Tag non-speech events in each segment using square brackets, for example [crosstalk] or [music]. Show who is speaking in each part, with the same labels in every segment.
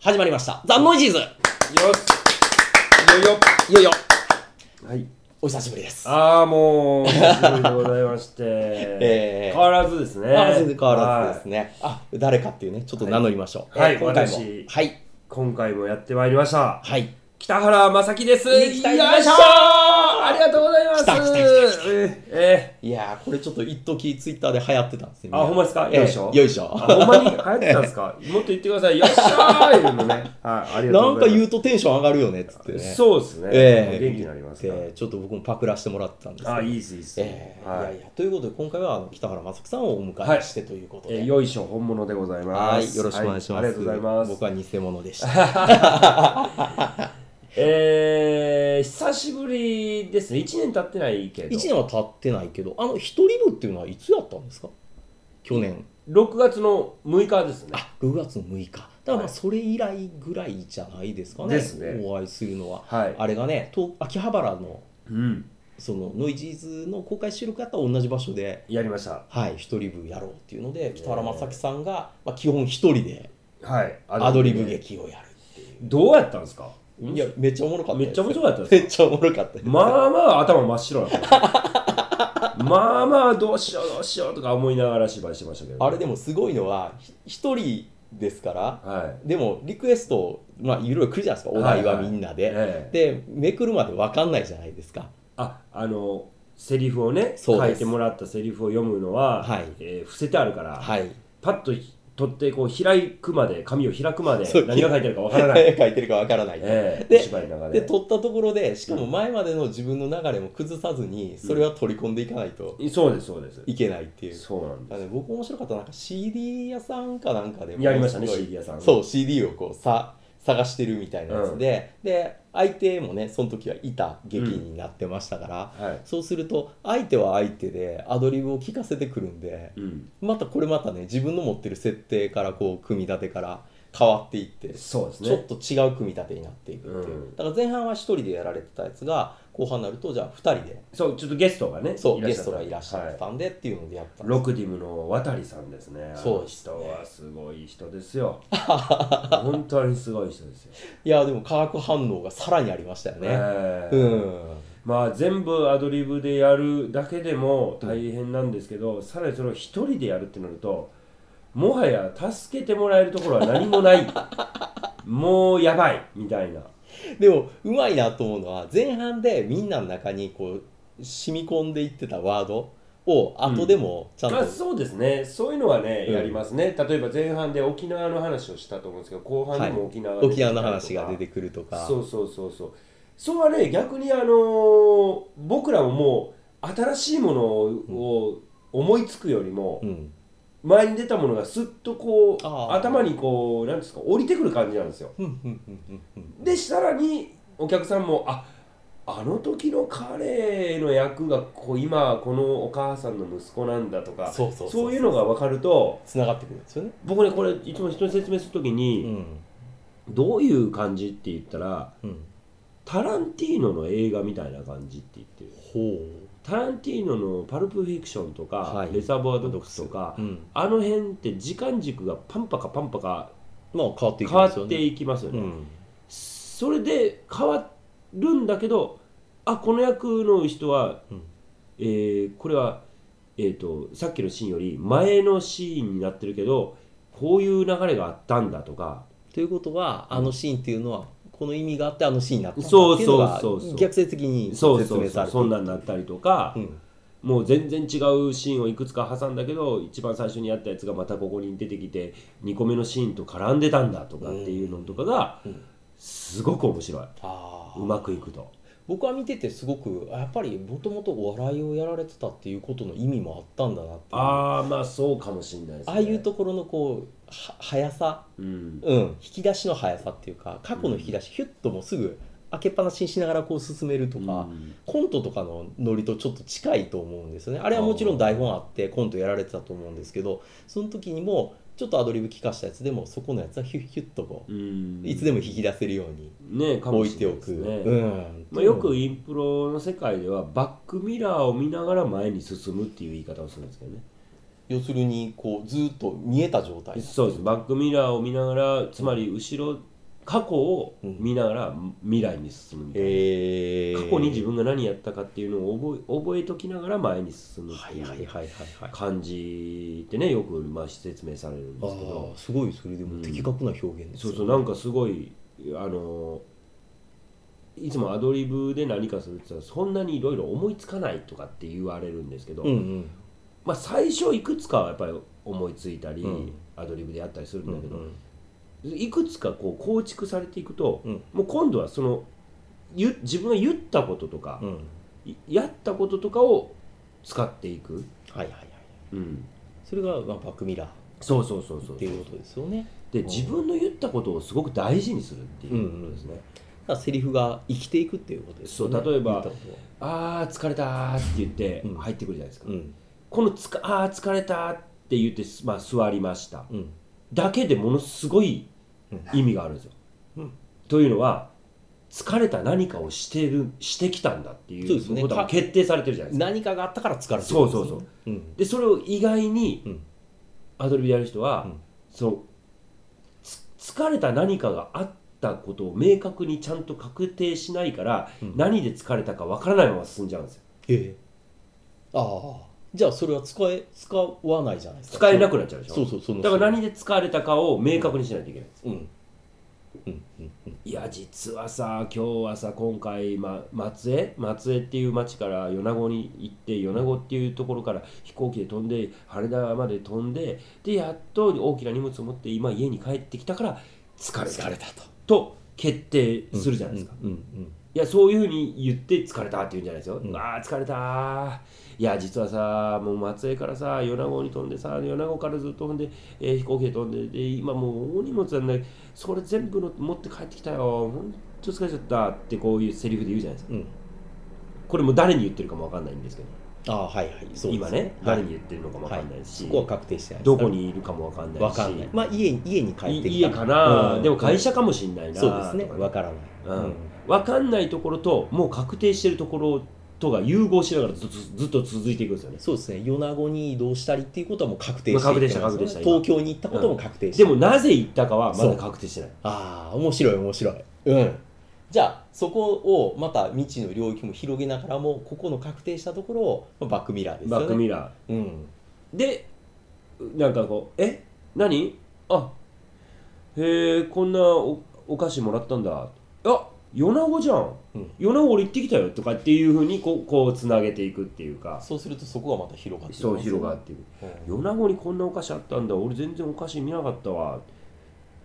Speaker 1: 始まりました。ザ・ノイジーズ
Speaker 2: しいよいよ
Speaker 1: いよいよ、
Speaker 2: はい
Speaker 1: お久しぶりです。
Speaker 2: ああもうお久しぶりでございまして、
Speaker 1: [laughs] えー
Speaker 2: 変わらずですね
Speaker 1: あ全然変わらずですね。あ、誰かっていうね、ちょっと名乗りましょう。
Speaker 2: はい
Speaker 1: えー今回も。
Speaker 2: 私
Speaker 1: はい。
Speaker 2: 今回もやってまいりました
Speaker 1: はい。
Speaker 2: 北原正樹です
Speaker 1: えー北原
Speaker 2: よいしょーありがとうございます
Speaker 1: 来た来た来
Speaker 2: えーえ
Speaker 1: いやー、これちょっと一時ツイッターで流行ってたんですよ。
Speaker 2: ーあほんまですかよいしょ、
Speaker 1: えーよいしょ。
Speaker 2: あほんまに流行ってたんですかもっと言ってくださいよいしょーいうのねはいあり
Speaker 1: [laughs]
Speaker 2: が
Speaker 1: な
Speaker 2: とうんご
Speaker 1: か
Speaker 2: ざいます
Speaker 1: 言うとテンション上がるよねっつってね。う。
Speaker 2: そうですね、
Speaker 1: ええ
Speaker 2: 元気になりますから、
Speaker 1: で、ちょっと僕もパクらせてもらってたんですけど。
Speaker 2: あいいですいいです、
Speaker 1: えー
Speaker 2: はい
Speaker 1: い、やいや、ということで今回はあの北原正樹さんをお迎えしてということで。
Speaker 2: えーよいしょ本物でございま
Speaker 1: は
Speaker 2: す
Speaker 1: い、よろしくお願いします。
Speaker 2: ありがとうございます
Speaker 1: 僕は偽物でした。
Speaker 2: えー、久しぶりですね。1年経ってないけど
Speaker 1: 一。年は経ってないけど、あの一人分っていうのはいつやったんですか？去年、
Speaker 2: 6月の6日ですね。
Speaker 1: あ、6月の6日。だからま
Speaker 2: は
Speaker 1: あ
Speaker 2: い
Speaker 1: それ以来ぐらいじゃないですかね。
Speaker 2: ですね
Speaker 1: お会いするのは、
Speaker 2: はい。
Speaker 1: あれがね、東秋葉原の
Speaker 2: うん。
Speaker 1: そのノイジーズの公開収録やったら同じ場所で。
Speaker 2: やりました。
Speaker 1: はい、一人分やろうっていうので北原正樹さんが、まあ、基本一人で
Speaker 2: はい。
Speaker 1: アドリブ。劇をやる
Speaker 2: どうやったんですか
Speaker 1: いやめっちゃおもろかった
Speaker 2: めっちゃ面白
Speaker 1: か
Speaker 2: かった
Speaker 1: め
Speaker 2: で
Speaker 1: っ
Speaker 2: す。
Speaker 1: ちゃおもろかったです
Speaker 2: まあまあ頭真っ白だった。 [laughs] まあまあどうしようどうしようとか思いながら芝居してましたけど、
Speaker 1: あれでもすごいのはひ一人ですから
Speaker 2: はい。
Speaker 1: でもリクエストをまあいろいろ来るじゃないですかお題はみんなで、
Speaker 2: ええ
Speaker 1: でめくるまで分かんないじゃないですか
Speaker 2: あ、あの、セリフをね、
Speaker 1: そう
Speaker 2: 書
Speaker 1: です
Speaker 2: いてもらったセリフを読むのは、
Speaker 1: はい
Speaker 2: えー伏せてあるから、
Speaker 1: はい
Speaker 2: パッと取ってこう開くまで紙を開くまで
Speaker 1: そう
Speaker 2: 何が書いてあるかわからない、
Speaker 1: 誰 [laughs] 書いてるか分からない、
Speaker 2: ええ
Speaker 1: で
Speaker 2: お芝居の中
Speaker 1: で
Speaker 2: で
Speaker 1: 取ったところでしかも前までの自分の流れも崩さずにそれは取り込んでいかないと
Speaker 2: そうですそうです
Speaker 1: いけないっていう、
Speaker 2: そうなんで
Speaker 1: あの僕面白かったのはなんか CD 屋さんかなんかでも
Speaker 2: やりましたね
Speaker 1: すごい
Speaker 2: CD 屋さん
Speaker 1: そう CD をこうさ探してるみたいなやつで、で相手もねその時はいた劇になってましたから、
Speaker 2: すはい、
Speaker 1: そうすると相手は相手でアドリブを聞かせてくるんで
Speaker 2: うん、
Speaker 1: またこれまたね自分の持ってる設定からこう組み立てから変わっていって、
Speaker 2: そうです
Speaker 1: ちょっ
Speaker 2: ね
Speaker 1: と違う組み立てになっていくっていう、
Speaker 2: うん
Speaker 1: だから前半は1人でやられてたやつが後半になるとじゃあ2人で
Speaker 2: そうちょっとゲストがね
Speaker 1: そう
Speaker 2: らっ
Speaker 1: ゲ
Speaker 2: しゃっ
Speaker 1: ス
Speaker 2: た
Speaker 1: トがいらっしゃっ
Speaker 2: は
Speaker 1: たんでっていうのでやった
Speaker 2: いロクディムの渡さんですね
Speaker 1: そうですね
Speaker 2: あの人はすごい人で
Speaker 1: [laughs]
Speaker 2: すよ本当にすごい人ですよ、
Speaker 1: いやでも化学反応がさらにありましたよね。
Speaker 2: ええ
Speaker 1: うん。
Speaker 2: まあ全部アドリブでやるだけでも大変なんですけど、さらにそれを一人でやるってなるともはや助けてもらえるところは何もない
Speaker 1: [laughs]
Speaker 2: もうやばいみたいな
Speaker 1: でもうまいなと思うのは前半でみんなの中にこう染み込んでいってたワードを後でもちゃんと、
Speaker 2: まあそうですねそういうのはね、
Speaker 1: うん
Speaker 2: やりますね例えば前半で沖縄の話をしたと思うんですけど後半にも沖縄が出てき
Speaker 1: 沖縄
Speaker 2: たりと
Speaker 1: の
Speaker 2: か
Speaker 1: 話が出てくるとか。
Speaker 2: そうそうそうそうそれはね逆にあのー僕らももう新しいものを思いつくよりも、
Speaker 1: うん。
Speaker 2: 前に出たものがすっとこう
Speaker 1: あー
Speaker 2: 頭にこうなんですか降りてくる感じなんですよ
Speaker 1: うんうんうんうん
Speaker 2: でさらにお客さんもああの時の彼の役がこう今このお母さんの息子なんだと
Speaker 1: うん
Speaker 2: か
Speaker 1: そうそう
Speaker 2: そういうのが分かると
Speaker 1: 繋がってくるんですよね。
Speaker 2: 僕ねこれいつも人に説明する時
Speaker 1: う
Speaker 2: に、
Speaker 1: ん。
Speaker 2: どういう感じって言ったら
Speaker 1: うん。
Speaker 2: タランティーノの映画みたいな感じって言ってる
Speaker 1: ほ
Speaker 2: タランティーノの「パルプフィクション」とか「
Speaker 1: はい
Speaker 2: レザーバードックス」とか、
Speaker 1: う。うん。
Speaker 2: あの辺って時間軸がパンパカパンパカ
Speaker 1: まあ変わっていき
Speaker 2: 変わ
Speaker 1: ますよ
Speaker 2: っ
Speaker 1: ね。
Speaker 2: ていきますよね、
Speaker 1: うん。
Speaker 2: それで変わるんだけどあこの役の人は、
Speaker 1: うん
Speaker 2: えーこれは、えー、とさっきのシーンより前のシーンになってるけどこういう流れがあったんだとか
Speaker 1: ということはあのシーンっていうのはこの意味があってあのシーンになったんだって
Speaker 2: そう
Speaker 1: いうの
Speaker 2: そう
Speaker 1: が
Speaker 2: そうそう
Speaker 1: 逆説的に説明
Speaker 2: そ
Speaker 1: されて
Speaker 2: う
Speaker 1: いく
Speaker 2: そうそうそんなんになったりとか
Speaker 1: う、ん
Speaker 2: もう全然違うシーンをいくつか挟んだけど一番最初にやったやつがまたここに出てきて2個目のシーンと絡んでたんだとかっていうのとかが
Speaker 1: うん
Speaker 2: すごく面白い
Speaker 1: あー
Speaker 2: うまくいくと。
Speaker 1: 僕は見ててすごくやっぱりもともとお笑いをやられてたっていうことの意味もあったんだなっていうあ
Speaker 2: ああまあそうかもしれないですね。
Speaker 1: あいうところのこうは速さ、
Speaker 2: うん、
Speaker 1: うん、引き出しの速さっていうか過去の引き出し、ヒュッともうすぐ開けっぱなしにしながらこう進めるとか、
Speaker 2: うん
Speaker 1: コントとかのノリとちょっと近いと思うんですよねあれはもちろん台本あってコントやられてたと思うんですけどその時にもちょっとアドリブ聞かしたやつでもそこのやつはヒュッヒュッとこ
Speaker 2: うん
Speaker 1: ういつでも引き出せるように
Speaker 2: ねかも
Speaker 1: 置い
Speaker 2: してれな
Speaker 1: お
Speaker 2: いです
Speaker 1: く、
Speaker 2: ね
Speaker 1: うん
Speaker 2: まあ、よくインプロの世界ではバックミラーを見ながら前に進むっていう言い方をするんですけどね
Speaker 1: 要するにこうずっと見えた状態
Speaker 2: そうですバックミラーを見ながらつまり後ろ過去を
Speaker 1: うん
Speaker 2: 見ながら未来に進むみたいな、
Speaker 1: えー、
Speaker 2: 過去に自分が何やったかっていうのを覚え覚えときながら前に進むっ
Speaker 1: は
Speaker 2: てい
Speaker 1: いはいはいうはいはい
Speaker 2: 感じってねよくまあ説明されるん
Speaker 1: あ
Speaker 2: ですけど
Speaker 1: ーすごいそれでも的確な表現です
Speaker 2: そ
Speaker 1: よ
Speaker 2: うそうなんかすごいあのいつもアドリブで何かするって言ったらそんなにいろいろ思いつかないとかって言われるんですけど、
Speaker 1: うんうん
Speaker 2: まあ、最初いくつかはやっぱり思いついたり、
Speaker 1: うん
Speaker 2: アドリブでやったりする
Speaker 1: うんん
Speaker 2: だけど、
Speaker 1: うん
Speaker 2: いくつかこう構築されていくと、
Speaker 1: うん
Speaker 2: もう今度はそのゆ自分が言ったこととか
Speaker 1: う、ん
Speaker 2: いやったこととかを使っていく、
Speaker 1: はいはいはい
Speaker 2: うん、
Speaker 1: それがまあバックミラー
Speaker 2: そうそうそうそう
Speaker 1: っていうことですよね
Speaker 2: で自分の言ったことをすごく大事にするっていうことですね、
Speaker 1: だからセリフが生きていくっていうことですよね
Speaker 2: そう例えば
Speaker 1: 言ったことは
Speaker 2: あー疲れたーって言って
Speaker 1: うん
Speaker 2: 入ってくるじゃないですか、
Speaker 1: うん
Speaker 2: このつかあー疲れたーって言って、すまあ、座りました
Speaker 1: うん
Speaker 2: だけでものすごい意味があるんですよ、
Speaker 1: うん
Speaker 2: というのは疲れた何かをしてるしてきたんだってい
Speaker 1: そうです
Speaker 2: う
Speaker 1: ね
Speaker 2: ことが決定されてるじゃないですか
Speaker 1: 何かがあったから疲れてるんです
Speaker 2: そうそうそう
Speaker 1: うん
Speaker 2: でそれを意外に
Speaker 1: うん
Speaker 2: アドリブでやる人は、
Speaker 1: うん
Speaker 2: そのつ疲れた何かがあったことを明確にちゃんと確定しないから、
Speaker 1: うん
Speaker 2: 何で疲れたかわからないまま進んじゃうんですよ
Speaker 1: ええああじゃあそれは使え使わないじゃないですか
Speaker 2: 使えなくなっちゃうでしょ
Speaker 1: そうそうその
Speaker 2: だから何で疲れたかを明確にしないといけないんですよ
Speaker 1: うんうんうんうん
Speaker 2: いや実はさ今日はさ今回、ま、松江松江っていう町から米子に行って米子っていうところから飛行機で飛んで羽田まで飛んででやっと大きな荷物を持って今家に帰ってきたから疲れた
Speaker 1: 疲れたと
Speaker 2: と決定するじゃないですか、
Speaker 1: うんうん
Speaker 2: いやそういうふうに言って疲れたって言うんじゃないですよ、
Speaker 1: うん
Speaker 2: ああ疲れたーいや実はさもう松江からさ米子に飛んでさ米子からずっと飛んで、えー飛行機で飛んでで今もう大荷物なんだけどそれ全部の持って帰ってきたよほんと疲れちゃったってこういうセリフで言うじゃないですか
Speaker 1: うんうん
Speaker 2: これも誰に言ってるかもわかんないんですけど
Speaker 1: ああはいはいそうです
Speaker 2: 今ね、
Speaker 1: はい
Speaker 2: 誰に言ってるのかもわかんないですし、
Speaker 1: そこは確定してないです
Speaker 2: どこにいるかもわかんないし
Speaker 1: わかんないまあ家に家に帰って
Speaker 2: い
Speaker 1: き
Speaker 2: 家
Speaker 1: た
Speaker 2: かな、
Speaker 1: うん
Speaker 2: でも会社かもしんないな
Speaker 1: そうですね
Speaker 2: とか
Speaker 1: わからない
Speaker 2: うん分かんないところともう確定してるところとが融合しながらずっとずっと続いていくんですよね
Speaker 1: そうですね米子に移動したりっていうことはもう確定してい
Speaker 2: まあ確定
Speaker 1: ってますよね
Speaker 2: した確定した今
Speaker 1: 東京に行ったことも確定して
Speaker 2: で
Speaker 1: る
Speaker 2: もなぜ行ったかはま
Speaker 1: そ
Speaker 2: だ
Speaker 1: う
Speaker 2: 確定してない
Speaker 1: ああ面白い面白いうんじゃあそこをまた未知の領域も広げながらもここの確定したところをまあバックミラーですよ
Speaker 2: バ
Speaker 1: ね
Speaker 2: ックミラ
Speaker 1: うん
Speaker 2: ーでなんかこう「え何あへえこんなおお菓子もらったんだ」あ米子じゃん、
Speaker 1: うん
Speaker 2: 米子俺行ってきたよ」とかっていうふうにこうこうつなげていくっていうか
Speaker 1: そうするとそこがまた広がっていきます
Speaker 2: そ
Speaker 1: ね
Speaker 2: う広がっていく
Speaker 1: うん
Speaker 2: 米子にこんなお菓子あったんだ俺全然お菓子見なかったわ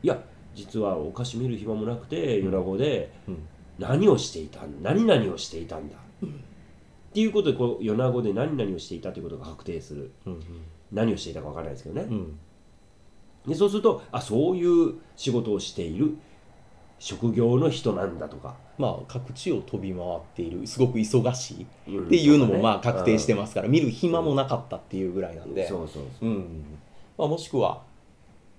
Speaker 2: いや実はお菓子見る暇もなくて米子で
Speaker 1: うん
Speaker 2: 何をしていたん何々をしていたんだ、っていうことでこう米子で何々をしていたということが確定する
Speaker 1: うん
Speaker 2: 何をしていたか分からないですけどね
Speaker 1: う、ん
Speaker 2: でそうするとあそういう仕事をしている職業の人なんだとか、
Speaker 1: まあ各地を飛び回っているすごく忙しい
Speaker 2: うんとかね
Speaker 1: っていうのもまあ確定してますから、見る暇もなかったっていうぐらいなん
Speaker 2: うん
Speaker 1: で、
Speaker 2: そうそうそう
Speaker 1: うんまあ、もしくは、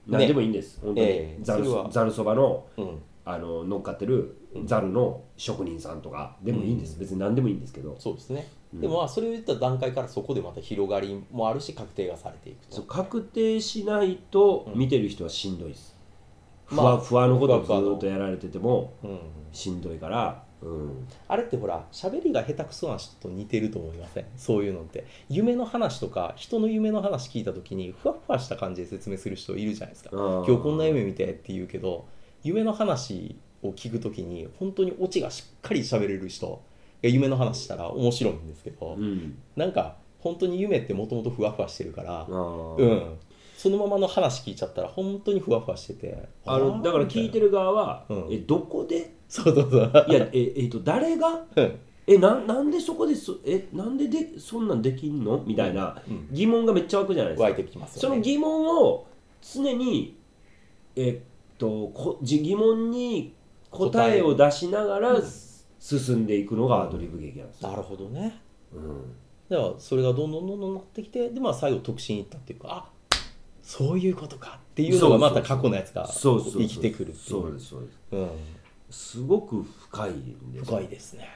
Speaker 2: 何でもいいんです、本当に、
Speaker 1: ええ
Speaker 2: ざる
Speaker 1: それは
Speaker 2: ざるそばの
Speaker 1: うん、
Speaker 2: あの乗っかってるザルの職人さんとかでもいいんです、
Speaker 1: うん
Speaker 2: 別に何でもいいんですけど、
Speaker 1: そうですね、
Speaker 2: うん
Speaker 1: でもまあそれを言った段階からそこでまた広がりもあるし確定がされていく
Speaker 2: そう
Speaker 1: と
Speaker 2: 確定しないと
Speaker 1: うん
Speaker 2: 見てる人はしんどいです、
Speaker 1: ま
Speaker 2: ふわ
Speaker 1: あ
Speaker 2: ふわのことをず
Speaker 1: ふわふわ
Speaker 2: ー
Speaker 1: の
Speaker 2: っとやられてても
Speaker 1: う、ん、
Speaker 2: しんどいから、うん、
Speaker 1: あれってほら喋りが下手くそな人と似てると思いませんそういうのって夢の話とか人の夢の話聞いた時にふわふわした感じで説明する人いるじゃないですか
Speaker 2: 今
Speaker 1: 今日こんな夢見てって言うけど夢の話を聞くときに本当にオチがしっかり喋れる人が夢の話したら面白いんですけど、
Speaker 2: うん
Speaker 1: なんか本当に夢ってもともとふわふわしてるから
Speaker 2: あ、ー
Speaker 1: うん、そのままの話聞いちゃったら本当にふわふわしてて
Speaker 2: あのだから聞いてる側は、
Speaker 1: うん
Speaker 2: えどこで
Speaker 1: そうそうそう
Speaker 2: いやええっと誰が
Speaker 1: [laughs] うん
Speaker 2: えななんでそこでそえなんででそんなんできんのみたいな
Speaker 1: うん
Speaker 2: 疑問がめっちゃ湧くじゃないですか
Speaker 1: 湧いてきます
Speaker 2: そ
Speaker 1: よ
Speaker 2: の
Speaker 1: ね
Speaker 2: 疑問を常に、えっとこじ疑問に答えを出しながらす進んでいくのがアドリブ劇なんですよ。
Speaker 1: なるほどね
Speaker 2: うん
Speaker 1: だからそれがどんどんどんどんなってきてでまあ最後特進いったっていうかあそういうことかっていうのがまた過去のやつが
Speaker 2: そうそうそう
Speaker 1: 生きてくるってい
Speaker 2: そうで
Speaker 1: う
Speaker 2: すそうです
Speaker 1: うん
Speaker 2: すごく深いんですよ
Speaker 1: 深いですね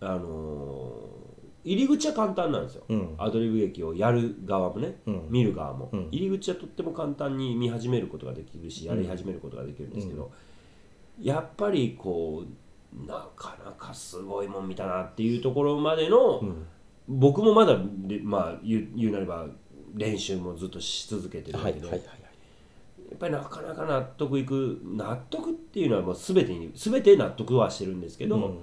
Speaker 2: あのー入り口は簡単なんですよ、
Speaker 1: うん
Speaker 2: アドリブ劇をやる側もね、
Speaker 1: うん
Speaker 2: 見る側も、
Speaker 1: うん
Speaker 2: 入り口はとっても簡単に見始めることができるしやり始めることができるんですけど、やっぱりこうなかなかすごいもん見たなっていうところまでの、
Speaker 1: うん
Speaker 2: 僕もまだでまあ言う言うなれば練習もずっとし続けてるん
Speaker 1: は
Speaker 2: だ
Speaker 1: い
Speaker 2: け
Speaker 1: はいは
Speaker 2: ど、
Speaker 1: いはい
Speaker 2: やっぱりなかなか納得いく納得っていうのはもう全てに全て納得はしてるんですけど、
Speaker 1: うん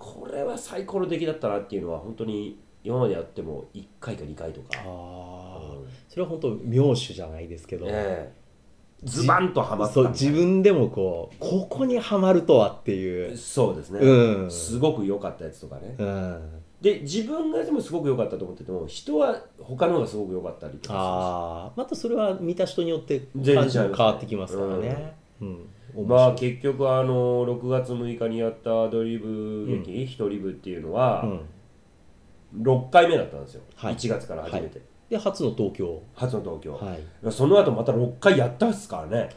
Speaker 2: これは最高の出来だったなっていうのは本当に今までやっても1回か2回とか、
Speaker 1: あ
Speaker 2: う
Speaker 1: あ
Speaker 2: ん
Speaker 1: それは本当妙手じゃないですけど、
Speaker 2: ええズバンとはまったみ
Speaker 1: そう
Speaker 2: たいな
Speaker 1: 自分でもこうここにはまるとはっていう
Speaker 2: そうですね、
Speaker 1: うん
Speaker 2: すごく良かったやつとかね、
Speaker 1: うん
Speaker 2: で自分がでもすごく良かったと思ってても人は他の方がすごく良かったりとか
Speaker 1: ああまたそれは見た人によって
Speaker 2: 全
Speaker 1: 感
Speaker 2: 然
Speaker 1: じも
Speaker 2: 違いますね
Speaker 1: 変わってきますからね、うん
Speaker 2: するし
Speaker 1: 面
Speaker 2: まあ
Speaker 1: 白い
Speaker 2: 結局あの6月6日にやったアドリブ劇、一人部っていうのは
Speaker 1: うん
Speaker 2: 6回目だったんですよ、
Speaker 1: はい
Speaker 2: 1月から初めて、
Speaker 1: で初の東京
Speaker 2: 初の東京、
Speaker 1: はい
Speaker 2: その後また6回やったっすからね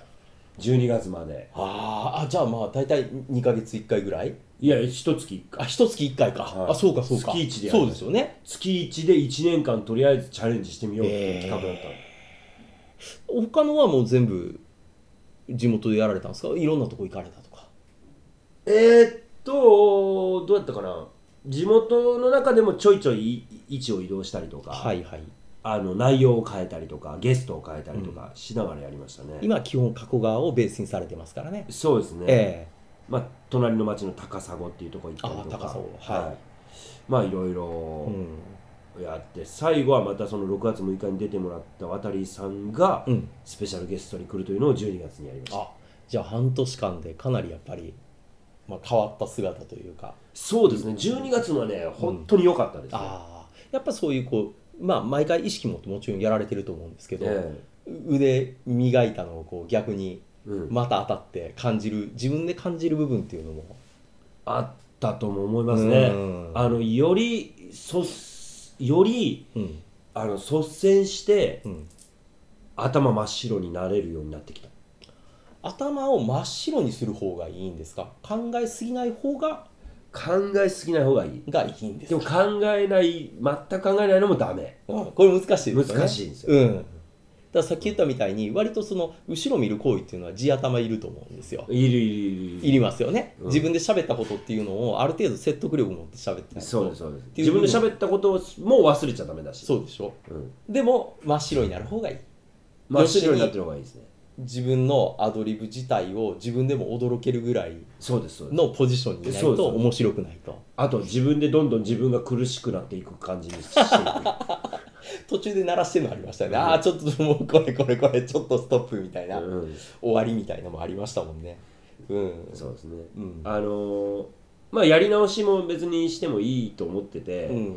Speaker 2: 12月まで
Speaker 1: あーあじゃあまあ大体2か月1回ぐらい
Speaker 2: いや一月1
Speaker 1: あ
Speaker 2: 回
Speaker 1: 一月1回か、
Speaker 2: はい
Speaker 1: あそうかそうか
Speaker 2: 月一でやる
Speaker 1: そうですよね
Speaker 2: 月1で1年間とりあえずチャレンジしてみようっていう企画だったの、
Speaker 1: 他のはもう全部地元でやられたんですかいろんなとこ行かれたとか
Speaker 2: えー、っとどうやったかな地元の中でもちょいちょいい位置を移動したりとか、
Speaker 1: はいはい
Speaker 2: あの内容を変えたりとかゲストを変えたりとかしながらやりましたね、
Speaker 1: 今は基本加古川をベースにされてますからね
Speaker 2: そうですね、
Speaker 1: え
Speaker 2: まあ、隣の町の高砂っていうところ行ったりとか
Speaker 1: あ高砂はい
Speaker 2: まあいろい
Speaker 1: え
Speaker 2: ろ
Speaker 1: うん
Speaker 2: やって、最後はまたその6月6日に出てもらった渡さんが
Speaker 1: うん
Speaker 2: スペシャルゲストに来るというのを12月にやりました、
Speaker 1: あじゃあ半年間でかなりやっぱり、まあ、変わった姿というか
Speaker 2: そうですね12月のはね本当に良かったです、ね
Speaker 1: ああやっぱそういうこうまあ毎回意識ももちろんやられてると思うんですけど、
Speaker 2: え
Speaker 1: 腕磨いたのをこう逆に
Speaker 2: えうん
Speaker 1: また当たって感じる自分で感じる部分っていうのも
Speaker 2: あったとも思いますね、
Speaker 1: うん
Speaker 2: あのよりそより
Speaker 1: うん
Speaker 2: あの率先して
Speaker 1: うん
Speaker 2: 頭真っ白になれるようになってきた
Speaker 1: 頭を真っ白にする方がいいんですか考えすぎない方が
Speaker 2: 考えすぎない方がいい
Speaker 1: がいいんです
Speaker 2: で
Speaker 1: か
Speaker 2: も考えない全く考えないのもダメ
Speaker 1: うんこれ難しいですよね
Speaker 2: 難しいんですよ
Speaker 1: うんだからさっき言ったみたいに割とその後ろ見る行為っていうのは地頭いると思うんですよ
Speaker 2: いるいるいる
Speaker 1: いりますよね、
Speaker 2: うん
Speaker 1: 自分で喋ったことっていうのをある程度説得力持って喋ってないと
Speaker 2: そうですそうです
Speaker 1: ていう
Speaker 2: 自分で喋ったことをもう忘れちゃダメだし
Speaker 1: そうでしょ
Speaker 2: うん、
Speaker 1: でも真っ白になる方がいい
Speaker 2: 真っ白になってる方がいいですね
Speaker 1: 自分のアドリブ自体を自分でも驚けるぐらい
Speaker 2: そうですそうです
Speaker 1: のポジションにない
Speaker 2: そう
Speaker 1: と
Speaker 2: そう
Speaker 1: 面白くないと
Speaker 2: あと自分でどんどん自分が苦しくなっていく感じにしていく
Speaker 1: 途中で鳴らしてるのありましたよね、
Speaker 2: うん
Speaker 1: ああちょっともうこれこれこれちょっとストップみたいな、
Speaker 2: うん、
Speaker 1: 終わりみたいなのもありましたもんねうん
Speaker 2: そうですね
Speaker 1: うん
Speaker 2: あのーまあやり直しも別にしてもいいと思ってて、
Speaker 1: うん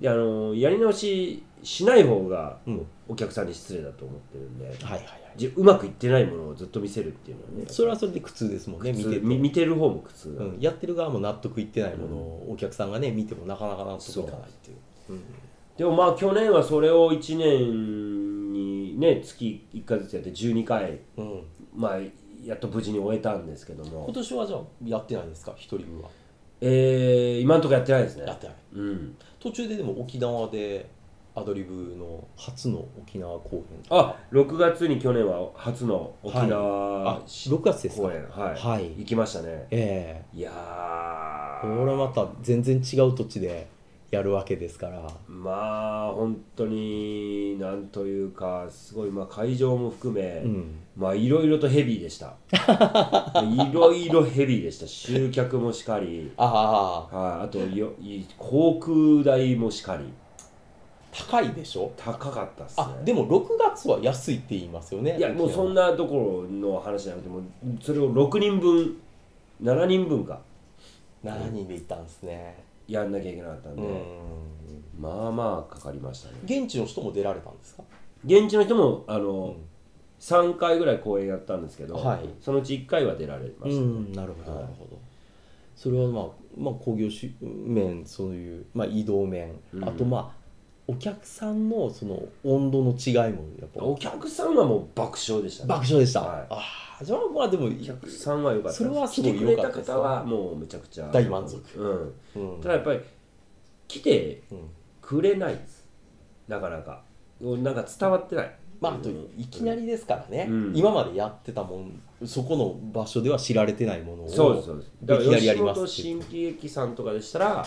Speaker 2: であのーやり直ししない方が
Speaker 1: うん
Speaker 2: お客さんに失礼だと思ってるんで、
Speaker 1: はいはいはい
Speaker 2: じうまくいってないものをずっと見せるっていうのはね
Speaker 1: それはそれで苦痛ですもんね見
Speaker 2: 見
Speaker 1: て
Speaker 2: て
Speaker 1: て
Speaker 2: 見見てる方も苦痛だ、
Speaker 1: うん、やってる側も納得いってないものを、お客さんがね見てもなかなか納得いかないっていう
Speaker 2: でもまあ去年はそれを1年にね月1回ずつやって12回
Speaker 1: う、ん、
Speaker 2: まあやっと無事に終えたんですけども
Speaker 1: 今年はじゃあやってないんですか一人分は、
Speaker 2: えー、今んとこやってないですね
Speaker 1: やってない
Speaker 2: うん
Speaker 1: 途中ででも沖縄でアドリブの初の沖縄公演
Speaker 2: あ6月に去年は初の沖縄
Speaker 1: あ6月ですか
Speaker 2: 公演はい、
Speaker 1: はい
Speaker 2: 行きましたね
Speaker 1: え
Speaker 2: いや
Speaker 1: え
Speaker 2: ー
Speaker 1: これはまた全然違う土地でやるわけですから
Speaker 2: まあ本当になんというかすごい、まあ、会場も含め、
Speaker 1: うん
Speaker 2: まあいろいろとヘビーでしたいろいろヘビーでした集客もしかり
Speaker 1: ああ
Speaker 2: はいあとよい航空代もしかり
Speaker 1: 高いでしょ
Speaker 2: 高かったっすね
Speaker 1: あでも6月は安いって言いますよね
Speaker 2: いやもうそんなところの話じゃなくてもうそれを6人分7人分か
Speaker 1: 7人で行ったんですね
Speaker 2: やんなきゃいけなかったんで、
Speaker 1: うん
Speaker 2: まあまあかかりましたね
Speaker 1: 現地の人も出られたんですか
Speaker 2: 現地の人もあ
Speaker 1: う
Speaker 2: の、3回ぐらい公演やったんですけど、
Speaker 1: はい
Speaker 2: そのうち1回は出られました、
Speaker 1: うん、なるほど
Speaker 2: はい
Speaker 1: なるほど、それはまあ、まあ、工業し面そういう、まあ、移動面、
Speaker 2: うん
Speaker 1: あとまあお客さんのその温度の違いもやっぱ
Speaker 2: お客さんはもう爆笑でしたね
Speaker 1: 爆笑でした、
Speaker 2: はい
Speaker 1: ああじゃあまあでも
Speaker 2: お客さんは良かった
Speaker 1: それはすご
Speaker 2: 来て
Speaker 1: い
Speaker 2: く
Speaker 1: 良
Speaker 2: れ
Speaker 1: かった
Speaker 2: た
Speaker 1: ですね
Speaker 2: 方はもうめちゃくちゃ
Speaker 1: 大満足
Speaker 2: うん、
Speaker 1: うん
Speaker 2: ただやっぱり来て
Speaker 1: うん
Speaker 2: くれないですなかなかなんか伝わってない
Speaker 1: まああといきなりですからね、
Speaker 2: うん
Speaker 1: 今までやってたもんそこの場所では知られてないものを
Speaker 2: そうですそうですだか
Speaker 1: いきな
Speaker 2: ら
Speaker 1: りや
Speaker 2: 吉
Speaker 1: ります
Speaker 2: 本
Speaker 1: って
Speaker 2: 新喜劇さんとかでしたら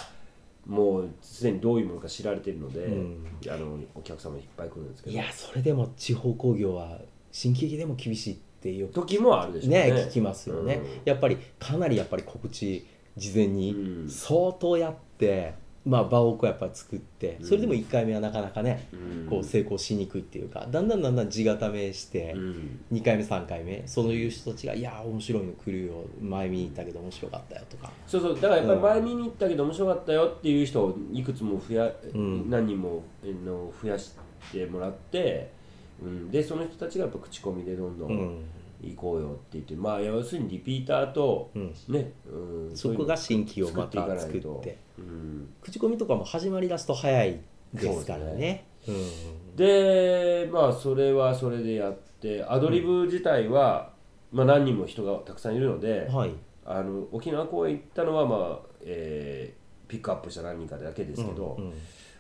Speaker 2: もうすでにどういうものか知られてるので、
Speaker 1: うん
Speaker 2: あのお客様いっぱい来るんですけ
Speaker 1: い
Speaker 2: ど
Speaker 1: やそれでも地方興行は新喜劇でも厳しいってよく
Speaker 2: 時もあるでしょう
Speaker 1: ね聞きますよね、
Speaker 2: うん
Speaker 1: やっぱりかなりやっぱり告知事前に
Speaker 2: うん
Speaker 1: 相当やって、まあ、場をこうやっぱり作ってそれでも1回目はなかなかね
Speaker 2: うん
Speaker 1: こう成功しにくいっていうかだんだんだんだん地固めして
Speaker 2: うん
Speaker 1: 2回目3回目そういう人たちが「いやー面白いの来るよ前見に行ったけど面白かったよ」とか
Speaker 2: そうそうだからやっぱり前見に行ったけど面白かったよっていう人をいくつも増や、
Speaker 1: うん
Speaker 2: 何人もあの増やしてもらって、うん、でその人たちがやっぱ口コミでどんど
Speaker 1: うんん、
Speaker 2: 行こうよって言って、まあ要するにリピーターと
Speaker 1: うん、
Speaker 2: ね、うん、
Speaker 1: そこが新規をまた作って
Speaker 2: うん、
Speaker 1: 口コミとかも始まりだすと早いですからねうん
Speaker 2: でまあそれはそれでやってアドリブ自体は、まあ、何人も人がたくさんいるので、
Speaker 1: はい
Speaker 2: あの沖縄公演行ったのは、まあえーピックアップした何人かだけですけど、
Speaker 1: うんうん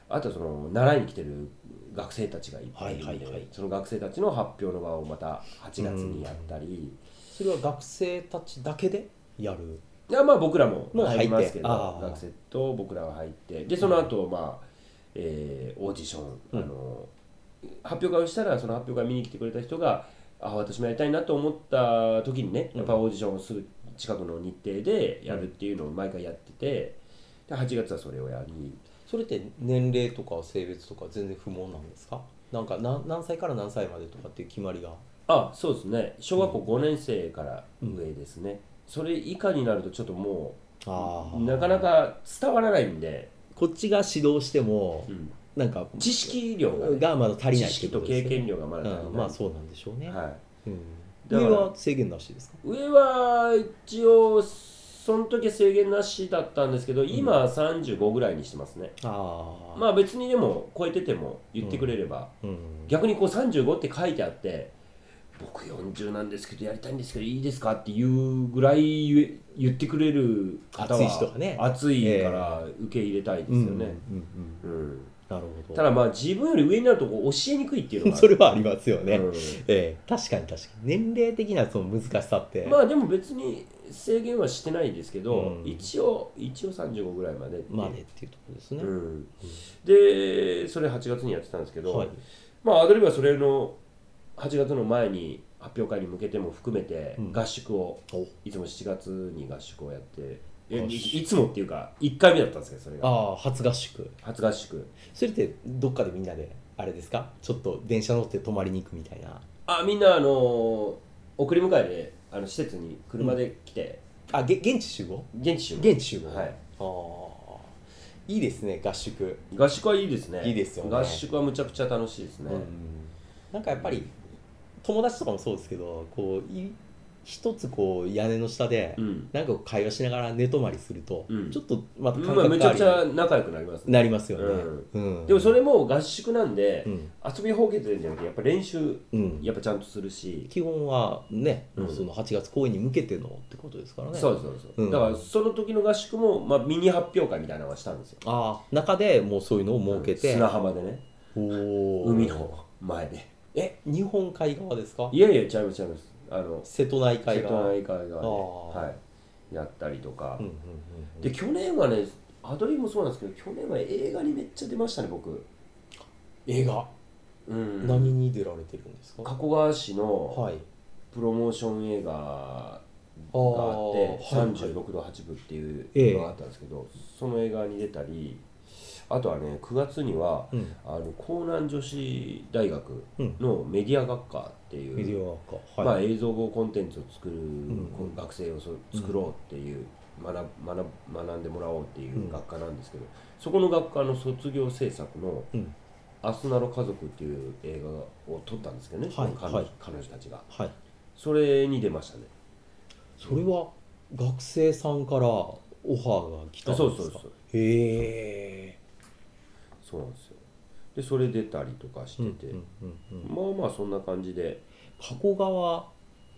Speaker 2: あとその習いに来てる学生たちがいっぱいいるので、
Speaker 1: はいはいはい
Speaker 2: その学生たちの発表の場をまた8月にやったり、
Speaker 1: それは学生たちだけでやる
Speaker 2: いやまあ僕らも
Speaker 1: もう入っ
Speaker 2: 入
Speaker 1: て
Speaker 2: りますけど
Speaker 1: ああ
Speaker 2: 学生と僕らは入ってでその後、まあえーオーディション、
Speaker 1: うん
Speaker 2: あの発表会をしたらその発表会見に来てくれた人があ私もやりたいなと思った時にねやっぱオーディションをする近くの日程でやるっていうのを毎回やっててで8月はそれをやり
Speaker 1: それって年齢とか性別とか全然不問なんですかなんか何何歳から何歳までとかっていう決まりが
Speaker 2: あそうですね小学校5年生から上ですね、それ以下になるとちょっともうなかなか伝わらないんで、
Speaker 1: こっちが指導しても
Speaker 2: うん
Speaker 1: なんか
Speaker 2: 知識量がね、
Speaker 1: がまだ足りない
Speaker 2: 知
Speaker 1: って
Speaker 2: 識
Speaker 1: こととで
Speaker 2: 経
Speaker 1: すよね
Speaker 2: 験量がまだ足りない、
Speaker 1: うんまあそうなんでしょうね、
Speaker 2: はい、
Speaker 1: うん、
Speaker 2: だから
Speaker 1: 上は制限なしですか
Speaker 2: 上は一応その時は制限なしだったんですけど今は35ぐらいにしてますね、
Speaker 1: ああ
Speaker 2: まあ別にでも超えてても言ってくれれば、
Speaker 1: うん、
Speaker 2: 逆にこう35って書いてあって僕40なんですけどやりたいんですけどいいですかっていうぐらい言え言ってくれる方は
Speaker 1: 熱い人がね
Speaker 2: 熱いから受け入れたいですよね、
Speaker 1: うんうん
Speaker 2: うん
Speaker 1: うんなるほど
Speaker 2: ただまあ自分より上になるとこう教えにくいっていうのが
Speaker 1: [laughs] それはありますよね、
Speaker 2: うん
Speaker 1: ええ確かに確かに年齢的なその難しさって、
Speaker 2: まあでも別に制限はしてないですけど、
Speaker 1: うん
Speaker 2: 一応一応35ぐらいまでっていう
Speaker 1: まあねっていうところですね、
Speaker 2: うん、でそれ8月にやってたんですけど、
Speaker 1: はい
Speaker 2: まあアドリブはそれの8月の前に発表会に向けても含めて
Speaker 1: うん
Speaker 2: 合宿を、
Speaker 1: お
Speaker 2: いつも7月に合宿をやってえ
Speaker 1: 合
Speaker 2: い
Speaker 1: 宿
Speaker 2: いつもっていうか1回目だったんですけどそれが
Speaker 1: ああ初合宿
Speaker 2: 初合宿
Speaker 1: それってどっかでみんなであれですかちょっと電車乗って泊まりに行くみたいな
Speaker 2: あみんなあのー送り迎えであの施設に車で来て、
Speaker 1: あげ現地集合
Speaker 2: 現地集合
Speaker 1: 現地集合
Speaker 2: はい
Speaker 1: ああいいですね合宿、
Speaker 2: 合宿はいいですね
Speaker 1: いいですよね
Speaker 2: 合宿はむちゃくちゃ楽しいですね、
Speaker 1: うんなんかやっぱり友達とかもそうですけどこうい一つこう屋根の下で
Speaker 2: うん
Speaker 1: なんかこう会話しながら寝泊まりすると、
Speaker 2: うん
Speaker 1: ちょっとまた感
Speaker 2: まあ、
Speaker 1: 覚
Speaker 2: めち
Speaker 1: 変
Speaker 2: ゃ
Speaker 1: わ
Speaker 2: く
Speaker 1: り
Speaker 2: ちゃ仲良くなりますね
Speaker 1: なりますよね、うん
Speaker 2: でもそれも合宿なんで、
Speaker 1: うん
Speaker 2: 遊びほうけてるんじゃなくてやっぱ練習
Speaker 1: うん
Speaker 2: やっぱちゃんとするし、
Speaker 1: 基本はね、
Speaker 2: うん
Speaker 1: その8月公演に向けてのってことですからね
Speaker 2: そうそうそう、
Speaker 1: うん
Speaker 2: だからその時の合宿も、まあ、ミニ発表会みたいなのはしたんですよ
Speaker 1: ああ中でもうそういうのを設けて、
Speaker 2: 砂浜でね
Speaker 1: おー
Speaker 2: 海の前で
Speaker 1: え日本海側ですか
Speaker 2: いやいや違います違いますあの
Speaker 1: 瀬戸内
Speaker 2: 瀬
Speaker 1: 海
Speaker 2: 戸
Speaker 1: 側
Speaker 2: 内海側で、
Speaker 1: あー
Speaker 2: はい、やったりとか、
Speaker 1: うんうんうん
Speaker 2: で去年はねアドリブもそうなんですけど去年は映画にめっちゃ出ましたね僕
Speaker 1: 映画、
Speaker 2: うん
Speaker 1: 何に出られてるんですか
Speaker 2: 加古川市の
Speaker 1: はい
Speaker 2: プロモーション映
Speaker 1: あ
Speaker 2: 画があって「
Speaker 1: ーはい
Speaker 2: 36度8分」っていうのがあったんですけど、その映画に出たりあとはね9月には
Speaker 1: うん
Speaker 2: あの江南女子大学
Speaker 1: うん
Speaker 2: のメディア学科っていう、
Speaker 1: ビデオアーカー
Speaker 2: ま
Speaker 1: は
Speaker 2: あ、
Speaker 1: い、
Speaker 2: 映像コンテンツを作る、
Speaker 1: ん
Speaker 2: こう学生をそ作ろうっていう、学学学んでもらおうってい
Speaker 1: ん
Speaker 2: う学科なんですけど、そこの学科の卒業制作の
Speaker 1: うん
Speaker 2: 「アスナの家族」っていう映画を撮ったんですけどね、
Speaker 1: はい
Speaker 2: 彼女
Speaker 1: はい
Speaker 2: 彼女たちが
Speaker 1: はい、
Speaker 2: それに出ましたね
Speaker 1: それは学生さんからオファーが来たんですか
Speaker 2: そうそうそう
Speaker 1: へえ
Speaker 2: そうなんですよでそれ出たりとかしてて、
Speaker 1: うんうんうん
Speaker 2: まあまあそんな感じで
Speaker 1: 加古川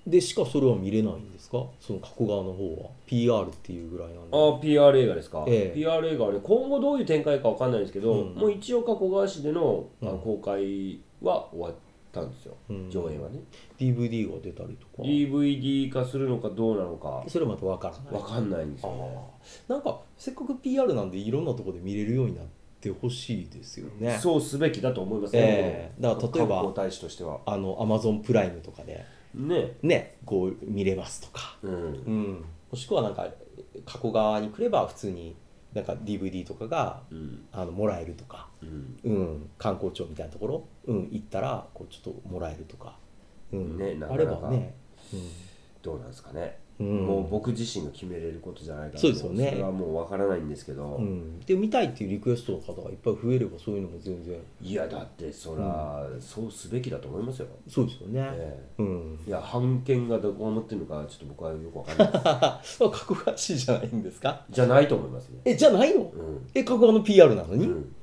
Speaker 1: でしかそれは見れないんですかその加古川の方は PR っていうぐらいなんで
Speaker 2: ああ PR 映画ですか、
Speaker 1: ええ
Speaker 2: PR 映画はね今後どういう展開かわかんないですけど、
Speaker 1: うん
Speaker 2: もう一応加古川市での、あ
Speaker 1: うん
Speaker 2: 公開は終わっったんですよ、
Speaker 1: うん
Speaker 2: 上映はね
Speaker 1: DVD が出たりとか
Speaker 2: DVD 化するのかどうなのか
Speaker 1: それまた分からない
Speaker 2: わかんないんです
Speaker 1: あ
Speaker 2: よね
Speaker 1: ーなんかせっかく PR なんでいろんなところで見れるようになってほしいですよね
Speaker 2: そうすべきだと思います
Speaker 1: え
Speaker 2: ね、
Speaker 1: えだから例えば
Speaker 2: 観光大使としては
Speaker 1: あの Amazon プライムとかで
Speaker 2: ね
Speaker 1: ねこう見れますとか、
Speaker 2: うん
Speaker 1: うん、もしくはなんか加古川に来れば普通になんか DVD とかが
Speaker 2: うん
Speaker 1: あのもらえるとか、
Speaker 2: うん
Speaker 1: うん、観光庁みたいなところ、うん、行ったらこうちょっともらえるとか、うん
Speaker 2: ねなか
Speaker 1: あ
Speaker 2: な
Speaker 1: れ
Speaker 2: か
Speaker 1: ばね、
Speaker 2: どうなんですかね、
Speaker 1: うん
Speaker 2: もう僕自身が決めれることじゃないから
Speaker 1: そうですよね
Speaker 2: それはもうわからないんですけど、
Speaker 1: うん、で見たいっていうリクエストの方がいっぱい増えればそういうのも全然
Speaker 2: いやだってそら、そうすべきだと思いますよ、
Speaker 1: そうですよね、
Speaker 2: え
Speaker 1: うん [laughs]
Speaker 2: えいや判権がどこを持ってるのかちょっと僕はよくわかんないです [laughs]
Speaker 1: あ格がしいじゃないんですか
Speaker 2: じゃないと思いますね
Speaker 1: えじゃないの
Speaker 2: うん、
Speaker 1: え格がの PR なのに、
Speaker 2: うん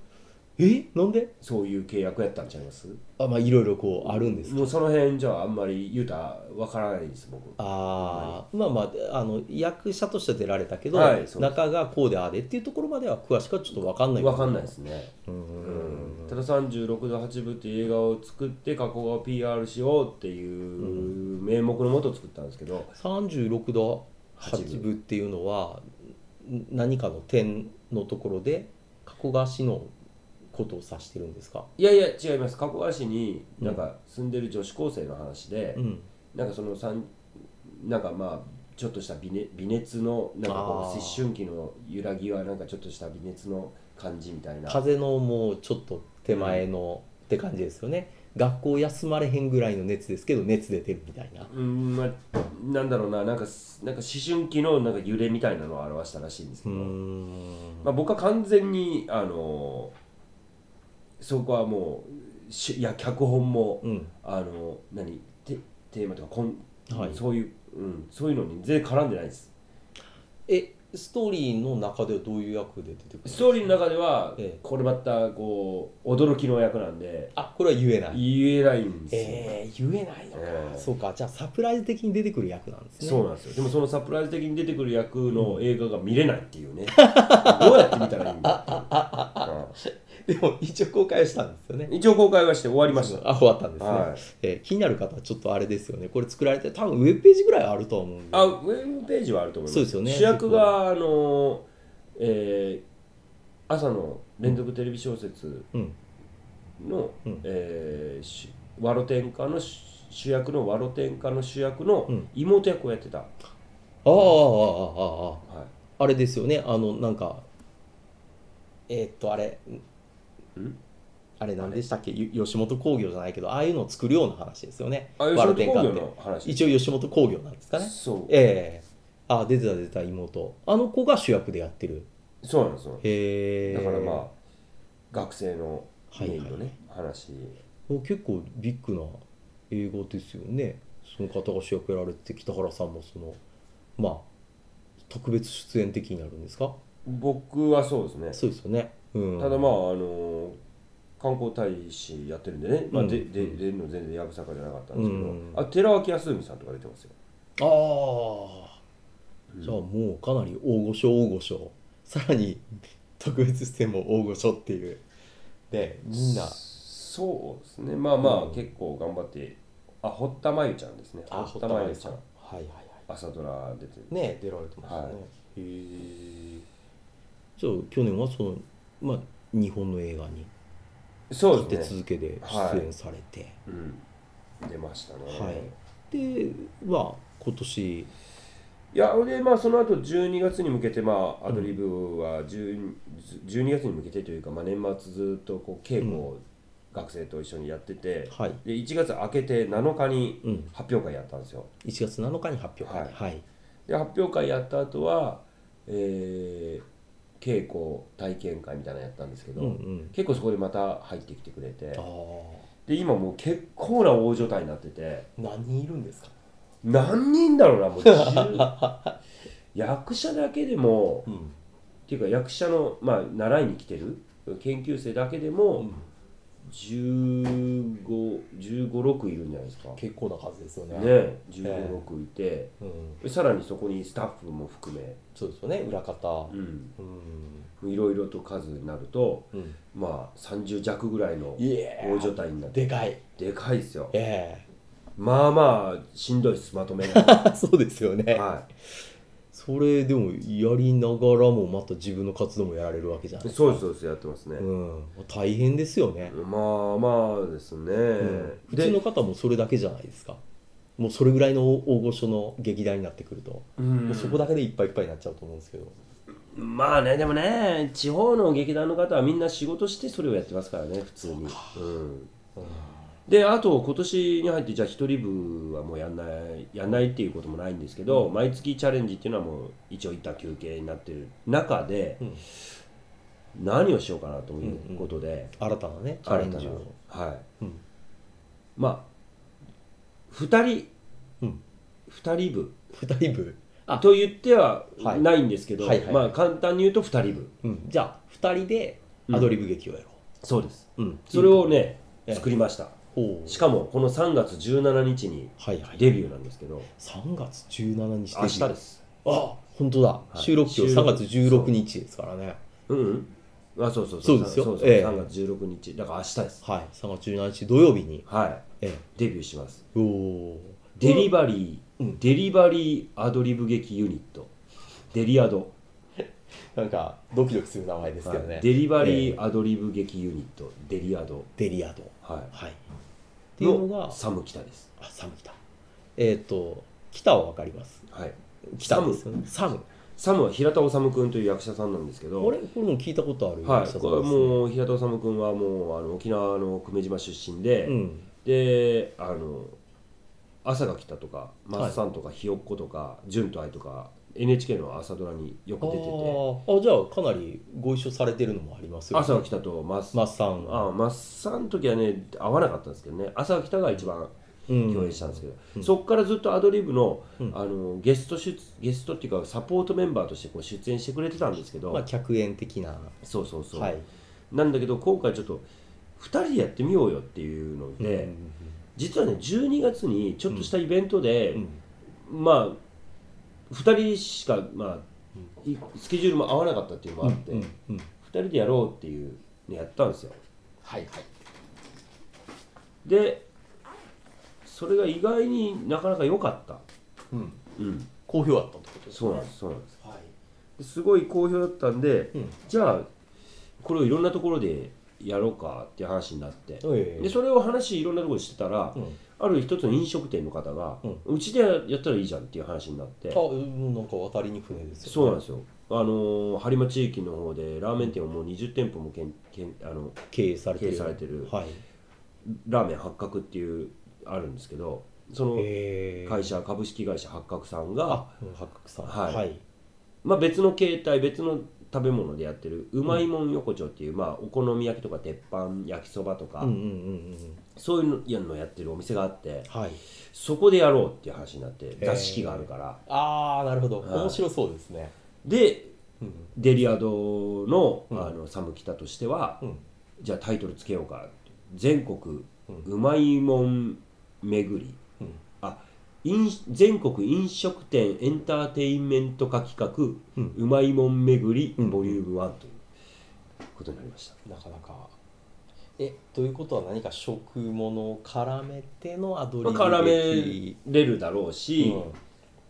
Speaker 1: えなんで
Speaker 2: そういう契約やったんちゃいます
Speaker 1: あまあいろいろこうあるんです
Speaker 2: もうその辺じゃああんまり言うたらわからないです僕
Speaker 1: ああまあまああの役者として出られたけど、
Speaker 2: はいそうです
Speaker 1: 中がこうであれっていうところまでは詳しくはちょっと分かんない
Speaker 2: わかんないですね
Speaker 1: うん
Speaker 2: うんただ36度8分っていう映画を作って過去を PR しようっていう名目のもと作ったんですけど、
Speaker 1: 36度8分っていうのはん何かの点のところで加古川市のことを指してるんですか、
Speaker 2: いやいや違います加古川市になんか住んでる女子高生の話で、
Speaker 1: うん、
Speaker 2: なんかその三なんかまあちょっとした微,、ね、微熱のなんかこ
Speaker 1: あー
Speaker 2: う思春期の揺らぎはなんかちょっとした微熱の感じみたいな
Speaker 1: 風のもうちょっと手前のって感じですよね学校休まれへんぐらいの熱ですけど熱出てるみたいな
Speaker 2: うんまあなんだろうななんかすなんか思春期のなんか揺れみたいなのを表したらしいんです
Speaker 1: う
Speaker 2: け
Speaker 1: ー
Speaker 2: ど、
Speaker 1: ん
Speaker 2: まあ、僕は完全にあのそこはもうしいや脚本も、
Speaker 1: うん
Speaker 2: あの何テテーマとかこん、
Speaker 1: はい
Speaker 2: そういう、うん、そういうのに全然絡んでないです
Speaker 1: えストーリーの中ではどういう役で出てくる
Speaker 2: ストーリーの中では、
Speaker 1: ええ
Speaker 2: これまたこう驚きの役なんで
Speaker 1: あこれは言えない
Speaker 2: 言えないんです
Speaker 1: えー、
Speaker 2: よ、
Speaker 1: 言えないのか、
Speaker 2: ええ
Speaker 1: そうかじゃあサプライズ的に出てくる役なんですね
Speaker 2: そうなんですよでもそのサプライズ的に出てくる役の映画が見れないっていうね [laughs] どうやって見たらいいんだっていううん
Speaker 1: [laughs] でも一応公開はしたんですよね
Speaker 2: 一応公開はして終わりました。
Speaker 1: あ終わったんですね、
Speaker 2: はい
Speaker 1: えー気になる方はちょっとあれですよねこれ作られて多分ウェブページぐらいはあるとは思うんで
Speaker 2: あ、ウェブページはあると思います。
Speaker 1: そうですよね
Speaker 2: 主役があの、えー朝の連続テレビ小説
Speaker 1: うん
Speaker 2: の、
Speaker 1: うん
Speaker 2: えーしワロテンカのし主役のワロテンカの主役の
Speaker 1: うん
Speaker 2: 妹役をやってた。
Speaker 1: あああああああ
Speaker 2: は
Speaker 1: ああれですよねあのなんかえーっとあれ
Speaker 2: い。ん
Speaker 1: あれ何でしたっけよ吉本興業じゃないけどああいうのを作るような話ですよね
Speaker 2: あ、吉
Speaker 1: ワ
Speaker 2: 本
Speaker 1: ルテン
Speaker 2: 興
Speaker 1: カ
Speaker 2: 業
Speaker 1: って
Speaker 2: の話。
Speaker 1: 一応吉本興業なんですかね
Speaker 2: そう。
Speaker 1: ええあ出てた出てた妹あの子が主役でやってる
Speaker 2: そうなんですよ。
Speaker 1: へえ
Speaker 2: だからまあ、学生のメインの
Speaker 1: はい
Speaker 2: ね、話。
Speaker 1: もう結構ビッグな映画ですよねその方が主役やられて北原さんもそのまあ特別出演的になるんですか
Speaker 2: 僕はそうですね。
Speaker 1: そうですよね、うん、
Speaker 2: ただまああの観光大使やってるんでね、まあ、
Speaker 1: うん
Speaker 2: でで出るの全然やぶさかじゃなかったんですけど、
Speaker 1: うん
Speaker 2: あ寺脇康文さんとか出てますよ
Speaker 1: ああじゃあもうかなり大御所大御所さらに特別出演も大御所っていうでみんな
Speaker 2: そうですねまあまあ、
Speaker 1: うん
Speaker 2: 結構頑張ってあ堀田真由ちゃんですね
Speaker 1: あ
Speaker 2: 堀田真由ちゃん
Speaker 1: はいはいはい
Speaker 2: 朝ドラ出てる
Speaker 1: ね出られてましたね、
Speaker 2: は
Speaker 1: へえじゃあ去年はそのまあ日本の映画に
Speaker 2: そう
Speaker 1: 立
Speaker 2: で
Speaker 1: て
Speaker 2: すね、
Speaker 1: 続けで出演されて、
Speaker 2: うん、出ましたね、
Speaker 1: はいでまあ今年
Speaker 2: いやでまあその後12月に向けてまあアドリブは10 12月に向けてというか、まあ、年末ずっとこう稽古を学生と一緒にやってて、
Speaker 1: はい、
Speaker 2: で1月明けて7日に
Speaker 1: うん、
Speaker 2: 発表会やったんですよ
Speaker 1: 1月7日に発表会
Speaker 2: はい
Speaker 1: はい、
Speaker 2: で発表会やった後は、えー稽古体験会みたいなのやったんですけど、
Speaker 1: うんうん
Speaker 2: 結構そこでまた入ってきてくれて
Speaker 1: ああ
Speaker 2: で今もう結構な大所帯になってて
Speaker 1: 何人いるんですか
Speaker 2: 何人だろうな
Speaker 1: [laughs]
Speaker 2: もう10役者だけでも
Speaker 1: うん
Speaker 2: っていうか役者の、まあ、習いに来てる研究生だけでも1 5 1 5六6いるんじゃないですかね
Speaker 1: 結構な数ですよね。
Speaker 2: 1 5六6いて、
Speaker 1: うん、
Speaker 2: さらにそこにスタッフも含め、
Speaker 1: そうですよね裏方。
Speaker 2: うん、
Speaker 1: うん
Speaker 2: いろいろと数になると
Speaker 1: うん、
Speaker 2: まあ30弱ぐらいの
Speaker 1: いえ
Speaker 2: 大所帯になって
Speaker 1: でかい。
Speaker 2: でかいですよ
Speaker 1: え
Speaker 2: まあまあしんどいですまとめ
Speaker 1: [laughs]
Speaker 2: が、
Speaker 1: え [laughs] そうですよね。
Speaker 2: は
Speaker 1: それでもやりながらもまた自分の活動もやられるわけじゃない
Speaker 2: い、
Speaker 1: ですか。
Speaker 2: そうですそうですやってますね、
Speaker 1: うん、大変ですよね。
Speaker 2: まあまあですね、
Speaker 1: うん普
Speaker 2: で
Speaker 1: 通の方もそれだけじゃないですか。もうそれぐらいの大御所の劇団になってくると、
Speaker 2: うん
Speaker 1: もうそこだけでいっぱいいっぱいになっちゃうと思うんですけど。
Speaker 2: まあねでもね地方の劇団の方はみんな仕事してそれをやってますからね普通にうんであと今年に入ってじゃあ一人部はもうやんないやんないっていうこともないんですけど、毎月チャレンジっていうのはもう一応一旦休憩になってる中で、
Speaker 1: うん
Speaker 2: 何をしようかなということで、
Speaker 1: 新たなねチャレンジを。
Speaker 2: 新たなはい
Speaker 1: うん
Speaker 2: まあ2人、
Speaker 1: うん
Speaker 2: 2人部
Speaker 1: 二人分。あ
Speaker 2: と言っては
Speaker 1: はい
Speaker 2: ないんですけど、
Speaker 1: はいはい
Speaker 2: まあ簡単に言うと2人
Speaker 1: う
Speaker 2: 部
Speaker 1: ん、じゃあ二人でアドリブ劇をやろ
Speaker 2: そうです
Speaker 1: う。うん、
Speaker 2: それをね
Speaker 1: ええ
Speaker 2: 作りました
Speaker 1: ほう
Speaker 2: しかもこの3月17日に
Speaker 1: はいはい。
Speaker 2: デビューなんですけど
Speaker 1: 3月17日。
Speaker 2: 明日ですす
Speaker 1: あ、本当だ。
Speaker 2: い
Speaker 1: 収録日
Speaker 2: 収
Speaker 1: 3
Speaker 2: 録
Speaker 1: 月16日ですからね。
Speaker 2: うんうんあそうそうそう
Speaker 1: そうですよ
Speaker 2: そうそう
Speaker 1: ええ
Speaker 2: 3月16日だから明日です
Speaker 1: はい。3月17日土曜日に。
Speaker 2: は
Speaker 1: え
Speaker 2: いデビューします
Speaker 1: え、おー
Speaker 2: デリバリー、
Speaker 1: うん
Speaker 2: デリバリーアドリブ劇ユニットデリアド、
Speaker 1: なんかドキドキする名前ですけどね。
Speaker 2: はいデリバリ
Speaker 1: ええ
Speaker 2: ーアドリブ劇ユニット、デリアド
Speaker 1: デリアド。
Speaker 2: はいっ
Speaker 1: はい。っていうのが、
Speaker 2: サムキタです
Speaker 1: あ、サム北。えっ、と、北はわかります。
Speaker 2: はい
Speaker 1: 北ですよね。サム。
Speaker 2: サムは平田修君という役者さんなんですけど
Speaker 1: あれこれも聞いたことある
Speaker 2: はい、これ
Speaker 1: う。
Speaker 2: もう平田修君はもうあの沖縄の久米島出身で、
Speaker 1: うん。
Speaker 2: であの朝が来たとか「マッサン」とか「ひよっこ」とか「純と愛」とか NHK の朝ドラによ
Speaker 1: あ
Speaker 2: く出てて
Speaker 1: ーあ、じゃあかなりご一緒されてるのもあります
Speaker 2: 「
Speaker 1: よ、
Speaker 2: 朝が来た」と「マッサン」
Speaker 1: マッサン。
Speaker 2: あマッサンの時はね合わなかったんですけどね「朝が来た」が一番
Speaker 1: うん
Speaker 2: 共演したんですけど、
Speaker 1: うん
Speaker 2: そこからずっとアドリブの,、
Speaker 1: うん
Speaker 2: あのゲスト出ゲストっていうかサポートメンバーとしてこう出演してくれてたんですけど、
Speaker 1: まあ、客演的な。
Speaker 2: そうそうそう、
Speaker 1: はい。
Speaker 2: なんだけど今回ちょっと2人でやってみようよっていうので、実はね12月にちょっとしたイベントで、
Speaker 1: うん
Speaker 2: まあ2人しか、まあ、いスケジュールも合わなかったっていうのもあって、
Speaker 1: うん
Speaker 2: 2
Speaker 1: うん
Speaker 2: 人でやろうっていうのやったんですよ
Speaker 1: はいはい。
Speaker 2: でそれが意外になかなか良かった
Speaker 1: うん。
Speaker 2: うん
Speaker 1: 好評だったってことですね。
Speaker 2: そうなんですそうなんです
Speaker 1: はい。
Speaker 2: ですごい好評だったんで、
Speaker 1: うん
Speaker 2: じゃあこれをいろんなところでやろうかっていう話になって、
Speaker 1: ええ
Speaker 2: でそれを話いろんなところにしてたら、
Speaker 1: うん
Speaker 2: ある一つの飲食店の方が、うちでやったらいいじゃんっていう話になって
Speaker 1: あ、うんなんか渡りに船ですよ、
Speaker 2: そうなんですよあのー播磨地域の方でラーメン店をもう20店舗もけんけんあの
Speaker 1: 経営されてる。
Speaker 2: 経営されてる
Speaker 1: はい。
Speaker 2: ラーメン八角っていうあるんですけどその
Speaker 1: ええ
Speaker 2: 会社株式会社八角さんが、
Speaker 1: あ、うん八角さん。
Speaker 2: はい
Speaker 1: はい。
Speaker 2: まあ、別の形態別の食べ物でやってるうまいもん横丁っていう、まあ、お好み焼きとか鉄板焼きそばとか、
Speaker 1: うんうんうんうん。
Speaker 2: そういうのやってるお店があって
Speaker 1: はい。
Speaker 2: そこでやろうっていう話になって
Speaker 1: え
Speaker 2: 座敷があるから
Speaker 1: ああ、なるほど。
Speaker 2: はい
Speaker 1: 面白そうですね。
Speaker 2: で
Speaker 1: うん。
Speaker 2: デリアドの,、
Speaker 1: うん
Speaker 2: あのサムキタとしては、
Speaker 1: うん。
Speaker 2: じゃあタイトルつけようか全国
Speaker 1: うん
Speaker 2: うまいもん巡り
Speaker 1: うん。
Speaker 2: あ飲全国飲食店エンターテインメント化企画、
Speaker 1: う
Speaker 2: うんまいもん巡り
Speaker 1: うん
Speaker 2: ボリューム1ということになりました、
Speaker 1: なかなか。え、ということは何か食物を絡めてのアドリブ
Speaker 2: まあ絡
Speaker 1: 劇
Speaker 2: めれるだろうし、
Speaker 1: うん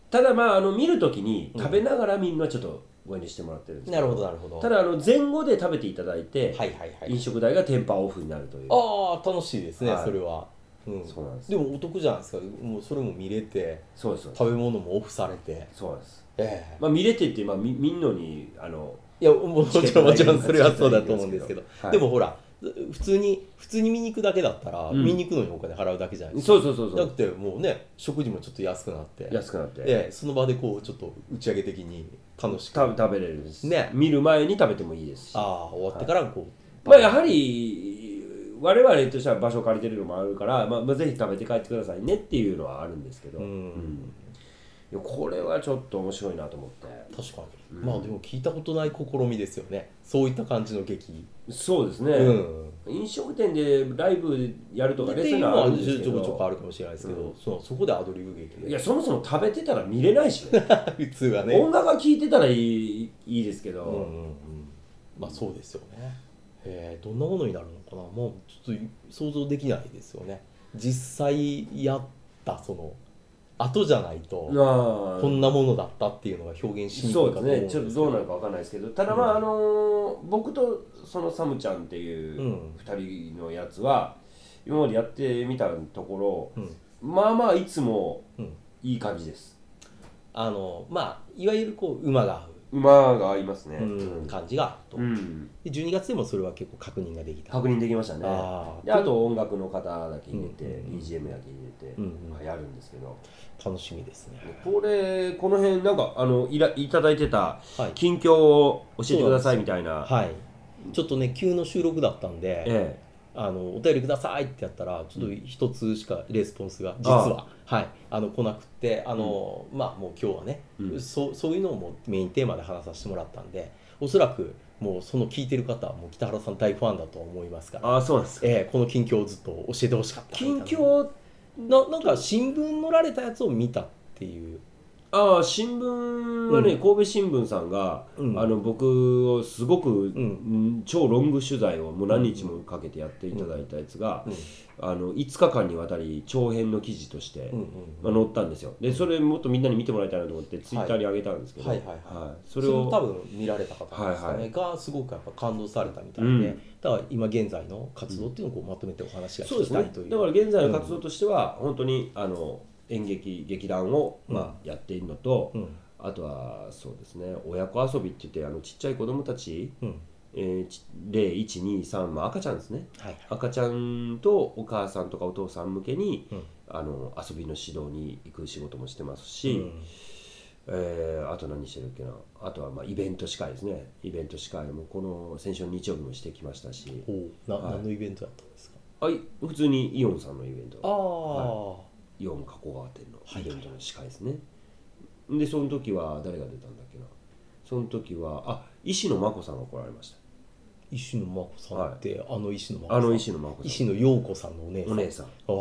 Speaker 2: ただまああの見るときに食べながらみんなちょっとご遠慮してもらってるんですけ
Speaker 1: なるほどなるほど。
Speaker 2: ただあの前後で食べていただいて、
Speaker 1: はいはいはい。
Speaker 2: 飲食代が10%オフになるという
Speaker 1: ああ楽しいですね、
Speaker 2: はい
Speaker 1: それは、うん、
Speaker 2: そうなんです
Speaker 1: でもお得じゃないですかもうそれも見れて
Speaker 2: そうですそうです
Speaker 1: 食べ物もオフされて
Speaker 2: そうなんです
Speaker 1: ええ
Speaker 2: まあ、見れてって、まあ、み見んのにあの
Speaker 1: いやもうもちろんもちろんそれはそうだと思うんですけど、
Speaker 2: はい
Speaker 1: でもほら普通に普通に見に行くだけだったら、
Speaker 2: うん
Speaker 1: 見に行くのにお金払うだけじゃないですか
Speaker 2: そうそうそうそ
Speaker 1: なく
Speaker 2: う
Speaker 1: てもうね食事もちょっと安くなって
Speaker 2: 安くなって、
Speaker 1: ええその場でこうちょっと打ち上げ的に楽しく
Speaker 2: 食べ食べれるんです、
Speaker 1: ね
Speaker 2: 見る前に食べてもいいですし
Speaker 1: ああ終わってからこう、
Speaker 2: まあ、やはり我々としては場所を借りてるのもあるから、まあまあ、ぜひ食べて帰ってくださいねっていうのはあるんですけど、
Speaker 1: うん
Speaker 2: うんいやこれはちょっと面白いなと思って
Speaker 1: 確かに、
Speaker 2: うん
Speaker 1: まあでも聞いたことない試みですよねそういった感じの劇、
Speaker 2: そうですね、
Speaker 1: うん
Speaker 2: 飲食店でライブやるとか
Speaker 1: って
Speaker 2: ねそうい
Speaker 1: いうう
Speaker 2: の
Speaker 1: の
Speaker 2: はあ
Speaker 1: は
Speaker 2: るんで
Speaker 1: ちょ
Speaker 2: すけ
Speaker 1: ちょこちょこあ
Speaker 2: ど
Speaker 1: るかもしれないですけど、
Speaker 2: うん
Speaker 1: そのそこでアドリブ劇
Speaker 2: い
Speaker 1: で
Speaker 2: やそもそも食べてたら見れないしね
Speaker 1: [laughs] 普通はね、
Speaker 2: 音楽は聴いてたらいいいいですけ
Speaker 1: う
Speaker 2: ど、
Speaker 1: んうんうん、まあそうですよねえーどんなものになるのかなもうちょっと想像できないですよね実際やったその後じゃないと、
Speaker 2: ああ
Speaker 1: こんなものだったっていうのが表現しにくい
Speaker 2: そ
Speaker 1: かと
Speaker 2: うで
Speaker 1: 思
Speaker 2: す
Speaker 1: うん
Speaker 2: ね
Speaker 1: で
Speaker 2: ち
Speaker 1: す
Speaker 2: ょっ
Speaker 1: けど
Speaker 2: とどうなるかわかんないですけどただまあ、
Speaker 1: うん
Speaker 2: あのー僕とそのサムちゃんっていう
Speaker 1: う
Speaker 2: 2
Speaker 1: ん
Speaker 2: 人のやつは、今までやってみたところ
Speaker 1: うん
Speaker 2: まあまあいつも
Speaker 1: うん
Speaker 2: いい感じです
Speaker 1: あのまあいわゆるこう馬が
Speaker 2: 馬が合いますね
Speaker 1: 合う、うん、感じがあると、
Speaker 2: うん
Speaker 1: で12月でもそれは結構確認ができた
Speaker 2: 確認できましたね
Speaker 1: あー
Speaker 2: であと音楽の方だけ入れて、
Speaker 1: うん
Speaker 2: BGM だけ入れて、
Speaker 1: うん
Speaker 2: まあやるんですけど
Speaker 1: 楽しみですね
Speaker 2: これこの辺なんかあのいらいただいてた
Speaker 1: はい
Speaker 2: 近況を教えてくださいみたいな
Speaker 1: はいちょっとね急の収録だったんで、
Speaker 2: え
Speaker 1: あのお便りくださいってやったらちょっと一つしかレスポンスが実ははい、あの来なくてあの、まあもう今日はね、
Speaker 2: うん
Speaker 1: そうそういうのをもうメインテーマで話させてもらったんでおそらくもうその聞いてる方はもう北原さん大ファンだと思いますか
Speaker 2: え
Speaker 1: ら、
Speaker 2: ああそうなんです
Speaker 1: ええこの近況をずっと教えてほしかった
Speaker 2: 近
Speaker 1: みたい
Speaker 2: 況
Speaker 1: なななんか新聞載られたやつを見たっていう
Speaker 2: ああ新聞はね、
Speaker 1: うん
Speaker 2: 神戸新聞さんが、
Speaker 1: うん
Speaker 2: あの僕をすごく、
Speaker 1: ん
Speaker 2: 超ロング取材をもう何日もかけてやっていただいたやつが、あの5日間にわたり長編の記事として、
Speaker 1: うんうん
Speaker 2: まあ、載ったんですよでそれもっとみんなに見てもらいたいなと思ってツイッターに上げたんですけど、
Speaker 1: はいはいはい
Speaker 2: そ
Speaker 1: そ
Speaker 2: れ
Speaker 1: れを
Speaker 2: を
Speaker 1: 多分見られた方なんですかね、
Speaker 2: はいはい
Speaker 1: がすごくやっぱ感動されたみたいで、
Speaker 2: うん
Speaker 1: だから今現在の活動っていうのをこうまとめてお話が
Speaker 2: そ
Speaker 1: 聞
Speaker 2: うで
Speaker 1: き
Speaker 2: す
Speaker 1: た
Speaker 2: ね
Speaker 1: いという
Speaker 2: だから現在の活動としては、本当にあの演劇劇団を、まあ、やっているのと、
Speaker 1: うん
Speaker 2: あとはそうですね親子遊びって言ってあのちっちゃい子供たち
Speaker 1: うん
Speaker 2: えーち、0123、まあ、赤ちゃんですね
Speaker 1: はい
Speaker 2: 赤ちゃんとお母さんとかお父さん向けに、
Speaker 1: うん
Speaker 2: あの遊びの指導に行く仕事もしてますし、えーあと何してるっけなあとはまあイベント司会ですねイベント司会もこの先週の日曜日もしてきましたし
Speaker 1: うん、おな
Speaker 2: はい
Speaker 1: 何のイベントだったんですか
Speaker 2: あい普通にイオンさんのイベン
Speaker 1: あ
Speaker 2: ト
Speaker 1: あ、
Speaker 2: イオン加古川店の
Speaker 1: はいはい
Speaker 2: イベ
Speaker 1: はい
Speaker 2: ントの司会ですね、でその時は誰が出たんだっけなその時はあ石野真子さんが来られました
Speaker 1: 石野真子さんって、あの石野真子さん
Speaker 2: あの石野真子さ
Speaker 1: 石野陽子さんのお姉
Speaker 2: ん
Speaker 1: さん
Speaker 2: お姉さん
Speaker 1: ああ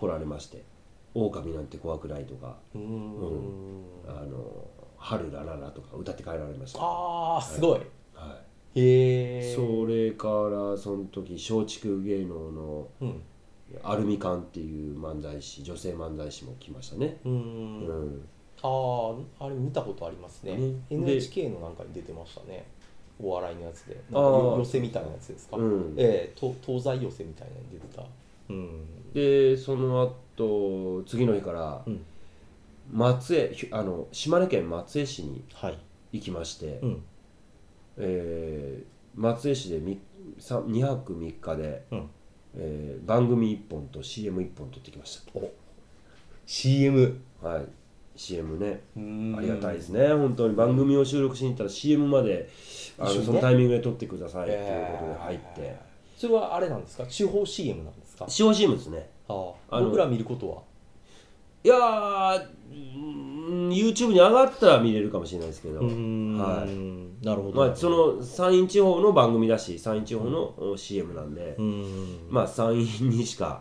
Speaker 2: 来られまして「狼なんて怖くない」とか
Speaker 1: うーん
Speaker 2: 「あの春ラララ」とか歌って帰られました、は
Speaker 1: ああすごい、
Speaker 2: い、
Speaker 1: へえ
Speaker 2: それからその時松竹芸能の
Speaker 1: ううん
Speaker 2: アルミカンっていう漫才師女性漫才師も来ましたね、
Speaker 1: うー、
Speaker 2: うんん、
Speaker 1: あああれ見たことありますね
Speaker 2: ね
Speaker 1: NHK のなんかに出てましたねお笑いのやつでなんか
Speaker 2: あー
Speaker 1: よ寄せみたいなやつですか、
Speaker 2: うん
Speaker 1: ええと東西寄せみたいなのに出てたうん
Speaker 2: でその後次の日から
Speaker 1: うん
Speaker 2: 松江ひあの島根県松江市に
Speaker 1: はい
Speaker 2: 行きまして、
Speaker 1: うん
Speaker 2: えー松江市でみさ2泊3日で、
Speaker 1: うん
Speaker 2: えー番組1本と CM1 本撮ってきました
Speaker 1: CM
Speaker 2: はい CM ね
Speaker 1: う
Speaker 2: ありがたいですすね、本当に番組を収録しに行ったら CM まであの、
Speaker 1: 一緒にね
Speaker 2: そのタイミングで撮ってくださいっていうこと
Speaker 1: え
Speaker 2: で
Speaker 1: え
Speaker 2: 入って、
Speaker 1: それはあれなんですか地方 CM なんですか
Speaker 2: 使用 CM ですね
Speaker 1: あ
Speaker 2: あ
Speaker 1: あ
Speaker 2: の
Speaker 1: 僕ら見ることはい
Speaker 2: やーうーん YouTube に上がったら見れるかもしれないですけど、
Speaker 1: うーん
Speaker 2: はい
Speaker 1: なるほど、
Speaker 2: まあ、その山陰地方の番組だし山陰地方のお CM なんで、
Speaker 1: うーん
Speaker 2: まあ山陰に
Speaker 1: [laughs]
Speaker 2: しか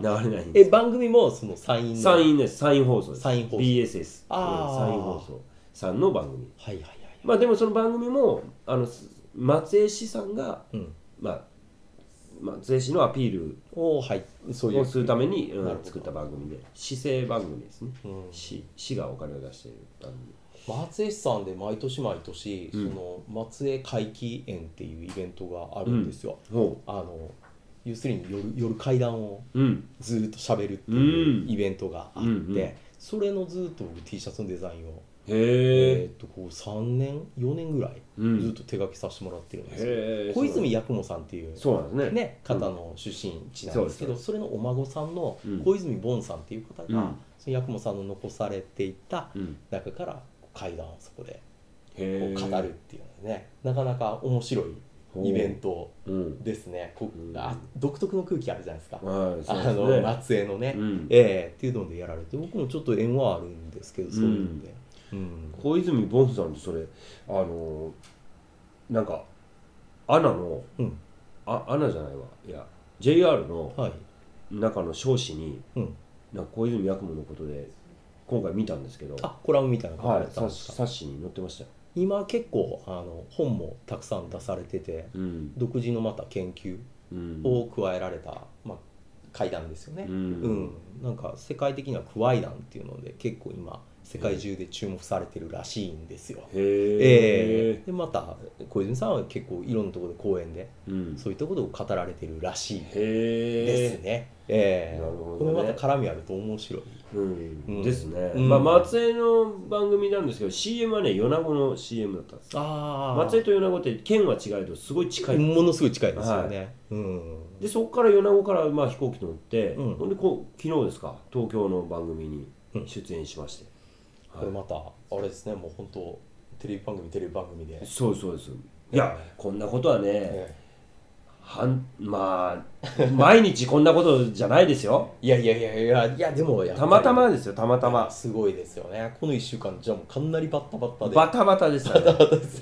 Speaker 2: 流れないんで
Speaker 1: え番組もその山陰の
Speaker 2: 山陰です山陰放送です
Speaker 1: 山陰放送
Speaker 2: BS ですうん
Speaker 1: あー
Speaker 2: 山陰放送さんの番組
Speaker 1: はいはいはい
Speaker 2: まあでもその番組もあのす松江市さんが、
Speaker 1: うん
Speaker 2: まあ、松江市のアピール
Speaker 1: おーはいそうい
Speaker 2: を
Speaker 1: う
Speaker 2: するために、うん
Speaker 1: なるほど
Speaker 2: 作った番組で市政番組ですね、
Speaker 1: うん
Speaker 2: 市市がお金を出している番組
Speaker 1: 松江市さんで毎年毎年、
Speaker 2: うん
Speaker 1: その松江回帰園っていうイベントがあるんですよ、
Speaker 2: ほ
Speaker 1: あの要するに夜夜階段を
Speaker 2: ううん
Speaker 1: ずーっと喋るっていう
Speaker 2: うん
Speaker 1: イベントがあって、
Speaker 2: うんうん
Speaker 1: それのずーっと僕 T シャツのデザインを、
Speaker 2: へ
Speaker 1: えー
Speaker 2: え
Speaker 1: っとこう3年4年ぐらい
Speaker 2: うん
Speaker 1: ずっと手書きさせてもらってるんですけど、
Speaker 2: へえ
Speaker 1: 小泉八雲さんっていう
Speaker 2: そうなんですね
Speaker 1: ね、方の出身地なんですけど、
Speaker 2: うん
Speaker 1: それのお孫さんの
Speaker 2: うん
Speaker 1: 小泉ボンさんっていう方が、
Speaker 2: うん
Speaker 1: その八雲さんの残されていた
Speaker 2: うん、うん
Speaker 1: 中からこう階段をそこで
Speaker 2: へ
Speaker 1: こう
Speaker 2: え
Speaker 1: 語るっていうのはね、なかなか面白いイベント
Speaker 2: うん
Speaker 1: ですねこう
Speaker 2: うん
Speaker 1: あ独特の空気あるじゃないですか、
Speaker 2: はい
Speaker 1: あ
Speaker 2: そうです
Speaker 1: の
Speaker 2: ね
Speaker 1: 松江のね、
Speaker 2: うん
Speaker 1: ええっていうのでやられて僕もちょっと縁はあるんですけどそういうんで、うん
Speaker 2: 小泉ボンさんってそれあのなんかアナの
Speaker 1: うん
Speaker 2: あアナじゃないわいや JR の
Speaker 1: はい、
Speaker 2: 中の彰子に
Speaker 1: うん、
Speaker 2: なんか小泉八雲のことで今回見たんですけど
Speaker 1: あコラムみたいな
Speaker 2: は
Speaker 1: 感
Speaker 2: い
Speaker 1: じだったん
Speaker 2: 冊
Speaker 1: ですか、
Speaker 2: 冊子に載ってましたよ、
Speaker 1: 今結構あの本もたくさん出されてて
Speaker 2: うん
Speaker 1: 独自のまた研究
Speaker 2: うん
Speaker 1: を加えられた、まあ、会談ですよね、
Speaker 2: うん
Speaker 1: うん、なんか世界的にはクワイダンっていうので結構今世界中で注目されてるらしいんですよ。
Speaker 2: へー
Speaker 1: ええでまた小泉さんは結構いろんなところで講演で
Speaker 2: うん、
Speaker 1: そういったことを語られてるらしい
Speaker 2: へ
Speaker 1: ですね。ええ
Speaker 2: なるほどね
Speaker 1: これまた絡みあると面白い。
Speaker 2: え、
Speaker 1: うん
Speaker 2: ですね、
Speaker 1: うん
Speaker 2: まあ松江の番組なんですけど CM はね米子の CM だったんです
Speaker 1: あ
Speaker 2: 松江と米子って県は違えどすごい近い、
Speaker 1: ものすごい近いですよね。うん。
Speaker 2: でそこから米子からまあ飛行機乗って、
Speaker 1: うん
Speaker 2: ほんでこう昨日ですか東京の番組に
Speaker 1: うん
Speaker 2: 出演しまして、
Speaker 1: これまたあれですねもう本当テレビ番組テレビ番組で。
Speaker 2: そうですそうですいやこんなことはね、
Speaker 1: え
Speaker 2: はんまあ毎日こんなことじゃないですよ
Speaker 1: えいやいやいやいやいやでもやっぱ
Speaker 2: た
Speaker 1: り
Speaker 2: またまですよたまたます
Speaker 1: ごいですよね。この1週間、じゃあもうかなりバッタバッタで。
Speaker 2: バタバタでし